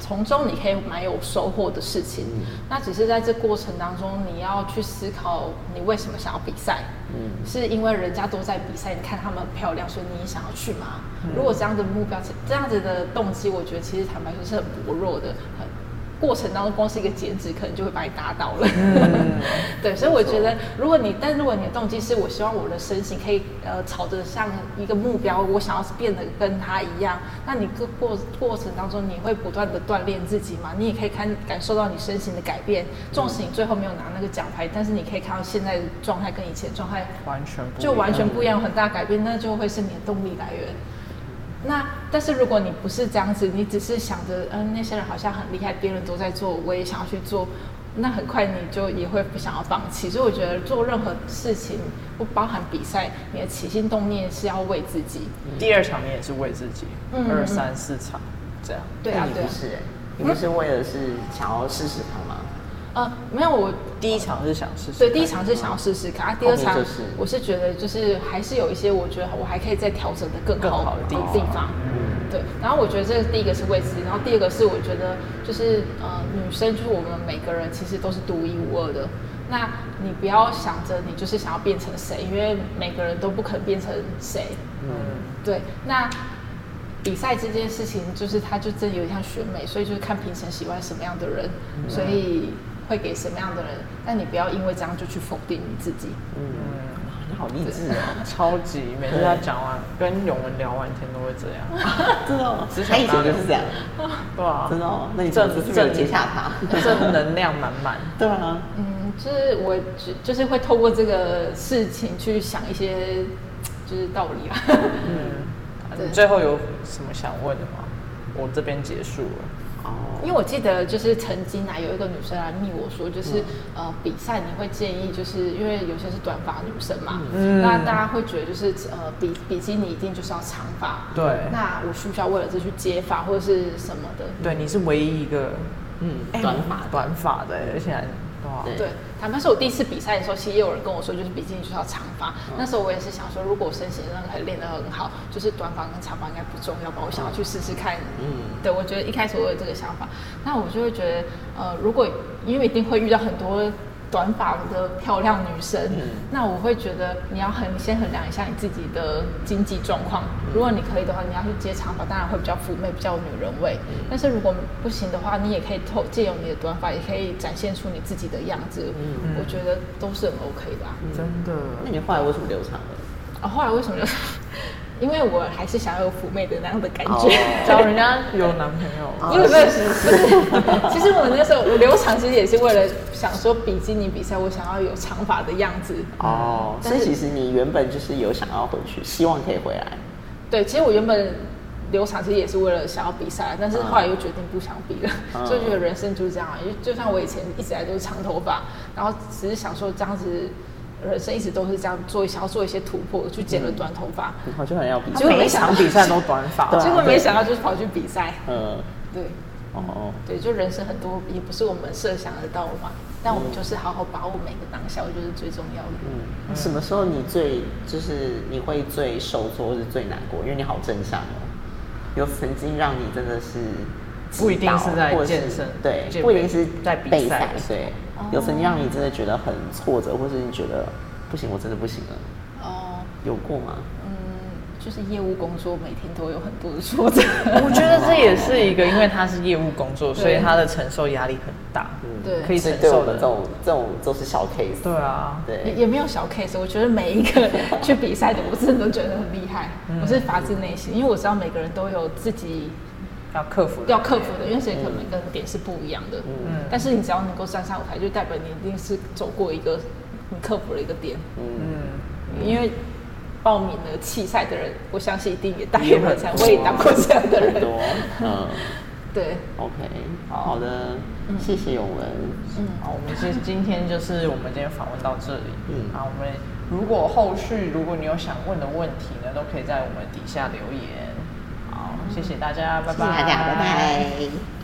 [SPEAKER 3] 从中你可以蛮有收获的事情。那只是在这过程当中，你要去思考你为什么想要比赛。
[SPEAKER 2] 嗯，
[SPEAKER 3] 是因为人家都在比赛，你看他们漂亮，所以你也想要去吗？如果这样的目标，这样子的动机，我觉得其实坦白说是很薄弱的。很过程当中，光是一个减脂，可能就会把你打倒了。 对，所以我觉得，如果你，但如果你的动机是我希望我的身形可以呃朝着像一个目标，我想要变得跟他一样，那你过过过程当中，你会不断的锻炼自己嘛？你也可以看感受到你身形的改变，纵使你最后没有拿那个奖牌，但是你可以看到现在的状态跟以前状态
[SPEAKER 1] 完全不一样
[SPEAKER 3] 就完全不一样，有很大改变，那就会是你的动力来源。那但是如果你不是这样子，你只是想着，嗯、那些人好像很厉害，别人都在做，我也想要去做，那很快你就也会不想要放弃。所以我觉得做任何事情，不包含比赛，你的起心动念是要为自己。
[SPEAKER 1] 第二场你也是为自己，
[SPEAKER 3] 嗯
[SPEAKER 1] 二三四场这样，
[SPEAKER 3] 对啊
[SPEAKER 2] 那，你
[SPEAKER 3] 对啊
[SPEAKER 2] 不。是、欸，你不是为了是想要试试看吗？
[SPEAKER 3] 呃，没有我
[SPEAKER 1] 第一场是想试试看，
[SPEAKER 3] 所以第一场是想要试试看，啊，第二场
[SPEAKER 2] 后面就是
[SPEAKER 3] 我是觉得就是还是有一些我觉得我还可以再调整的更
[SPEAKER 1] 更
[SPEAKER 3] 好
[SPEAKER 1] 好的地
[SPEAKER 3] 地
[SPEAKER 1] 方嗯
[SPEAKER 3] 方。对，然后我觉得这个第一个是为自己，然后第二个是我觉得就是呃，女生就是我们每个人其实都是独一无二的。那你不要想着你就是想要变成谁，因为每个人都不可能变成谁。
[SPEAKER 1] 嗯，
[SPEAKER 3] 对，那比赛这件事情，就是它就真的有点像选美，所以就是看评审喜欢什么样的人，所以会给什么样的人。但你不要因为这样就去否定你自己。
[SPEAKER 2] 哇你好 励志哦！
[SPEAKER 1] 超级每次他讲完跟永文聊完天都会这样，
[SPEAKER 2] 真的、哦
[SPEAKER 1] 只，想
[SPEAKER 2] 他以前就是这样，
[SPEAKER 1] 对啊，
[SPEAKER 2] 真的哦。那你
[SPEAKER 1] 正
[SPEAKER 2] 这次是没有
[SPEAKER 1] 正
[SPEAKER 2] 接下他？
[SPEAKER 1] 正能量满满，
[SPEAKER 2] 对啊，
[SPEAKER 3] 嗯，就是我就就是会透过这个事情去想一些就是道理啊吧。对
[SPEAKER 1] 你最后有什么想问的吗？我这边结束了，
[SPEAKER 2] 哦，
[SPEAKER 3] 因为我记得就是曾经啊，有一个女生来密我说，就是、呃比赛你会建议，就是因为有些是短发女生嘛，那大家会觉得就是呃比比基尼一定就是要长发，
[SPEAKER 1] 对
[SPEAKER 3] 那我需不需要为了这去接发或者是什么的？
[SPEAKER 1] 对，你是唯一一个
[SPEAKER 2] 嗯，
[SPEAKER 1] 哎
[SPEAKER 2] 短发的，
[SPEAKER 1] 短发的，而且还对啊
[SPEAKER 2] 对
[SPEAKER 3] 对，坦白说，我第一次比赛的时候，其实也有人跟我说，就是比基尼就是要长发。那时候我也是想说，如果我身形真的可以练得很好，就是短发跟长发应该不重要吧，我想要去试试看。
[SPEAKER 2] 嗯
[SPEAKER 3] 嗯，对，我觉得一开始我有这个想法，那我就会觉得，呃，如果因为一定会遇到很多。短发的漂亮女生，
[SPEAKER 2] 嗯
[SPEAKER 3] 那我会觉得你要衡先衡量一下你自己的经济状况。
[SPEAKER 2] 嗯
[SPEAKER 3] 如果你可以的话，你要去接长发，当然会比较妩媚，比较有女人味。
[SPEAKER 2] 嗯
[SPEAKER 3] 但是如果不行的话，你也可以透借由你的短发，也可以展现出你自己的样子。
[SPEAKER 2] 嗯
[SPEAKER 3] 我觉得都是很 OK 的、啊。
[SPEAKER 1] 真的，
[SPEAKER 2] 那你后来为什么留长了？
[SPEAKER 3] 啊，后来为什么就？ 因为我还是想要有妩媚的那样的感觉。
[SPEAKER 2] 哦
[SPEAKER 1] 找人家有男朋友，
[SPEAKER 3] 因 为不是，其实我那时候我留长其实也是为了想说比基尼比赛，我想要有长发的样子。
[SPEAKER 2] 哦，
[SPEAKER 3] 但
[SPEAKER 2] 所以其
[SPEAKER 3] 是
[SPEAKER 2] 实你原本就是有想要回去，希望可以回来。
[SPEAKER 3] 对，其实我原本留长其实也是为了想要比赛，啊但是后来又决定不想比了，
[SPEAKER 2] 嗯
[SPEAKER 3] 所以觉得人生就是这样啊。因为就像我以前一直以来都是长头发，然后只是想说这样子，人生一直都是这样做，想要做一些突破，去剪
[SPEAKER 2] 嗯
[SPEAKER 3] 了短头发，
[SPEAKER 2] 然后就很要比
[SPEAKER 3] 结
[SPEAKER 2] 较
[SPEAKER 3] 果，
[SPEAKER 1] 每一场比赛都短发，
[SPEAKER 2] 对啊
[SPEAKER 3] 结果没想到就是跑去比赛。
[SPEAKER 2] 嗯，
[SPEAKER 3] 对
[SPEAKER 2] 哦，
[SPEAKER 3] 对，就人生很多也不是我们设想得到的嘛，但我们就是好好把握每个当下，我觉得是最重要的。
[SPEAKER 2] 嗯，什么时候你最就是你会最受挫或是最难过？因为你好正向哦，有曾经让你真的是击倒
[SPEAKER 1] 不一定是在
[SPEAKER 2] 或者
[SPEAKER 1] 健身
[SPEAKER 2] 对
[SPEAKER 1] 健，
[SPEAKER 2] 不一定是
[SPEAKER 1] 在比赛
[SPEAKER 2] 备赛
[SPEAKER 1] 的时，哦
[SPEAKER 2] 对，有曾经让你真的觉得很挫折，或是你觉得不行，我真的不行了，
[SPEAKER 3] 哦，
[SPEAKER 2] 有过吗？
[SPEAKER 3] 嗯，就是业务工作每天都有很多的挫折。
[SPEAKER 1] 我觉得这也是一个，因为他是业务工作，
[SPEAKER 3] 对
[SPEAKER 1] 所以他的承受压力很大，
[SPEAKER 3] 对
[SPEAKER 1] 可以
[SPEAKER 2] 嗯所以
[SPEAKER 1] 承
[SPEAKER 2] 对我
[SPEAKER 1] 受
[SPEAKER 2] 们
[SPEAKER 1] 的
[SPEAKER 2] 这。种这种都是小 case，
[SPEAKER 1] 对啊，
[SPEAKER 3] 也
[SPEAKER 2] 对，
[SPEAKER 3] 也没有小 case，我觉得每一 个去比赛的，我真的都觉得很厉害，
[SPEAKER 1] 嗯
[SPEAKER 3] 我是发自内心，因为我知道每个人都有自己
[SPEAKER 1] 要克服的
[SPEAKER 3] 要克服的，因为谁可能每个人点是不一样的，
[SPEAKER 1] 嗯
[SPEAKER 3] 但是你只要能够站上舞台，就代表你一定是走过一个你克服了一个点，
[SPEAKER 2] 嗯，
[SPEAKER 3] 因为报名了弃赛的人，我相信一定也大
[SPEAKER 1] 也
[SPEAKER 3] 有人
[SPEAKER 1] 很
[SPEAKER 3] 才，
[SPEAKER 1] 多
[SPEAKER 3] 我也当过这样的
[SPEAKER 2] 很
[SPEAKER 3] 人，
[SPEAKER 2] 多，嗯，
[SPEAKER 3] 对，
[SPEAKER 2] OK，
[SPEAKER 1] 好嗯
[SPEAKER 2] 好的，谢谢永文。
[SPEAKER 1] 好，我们今今天就是我们今天访问到这里。
[SPEAKER 2] 嗯
[SPEAKER 1] 嗯，啊，我们如果后续如果你有想问的问题呢，都可以在我们底下留言。好，谢谢大家，拜拜。
[SPEAKER 2] 谢谢大家，拜拜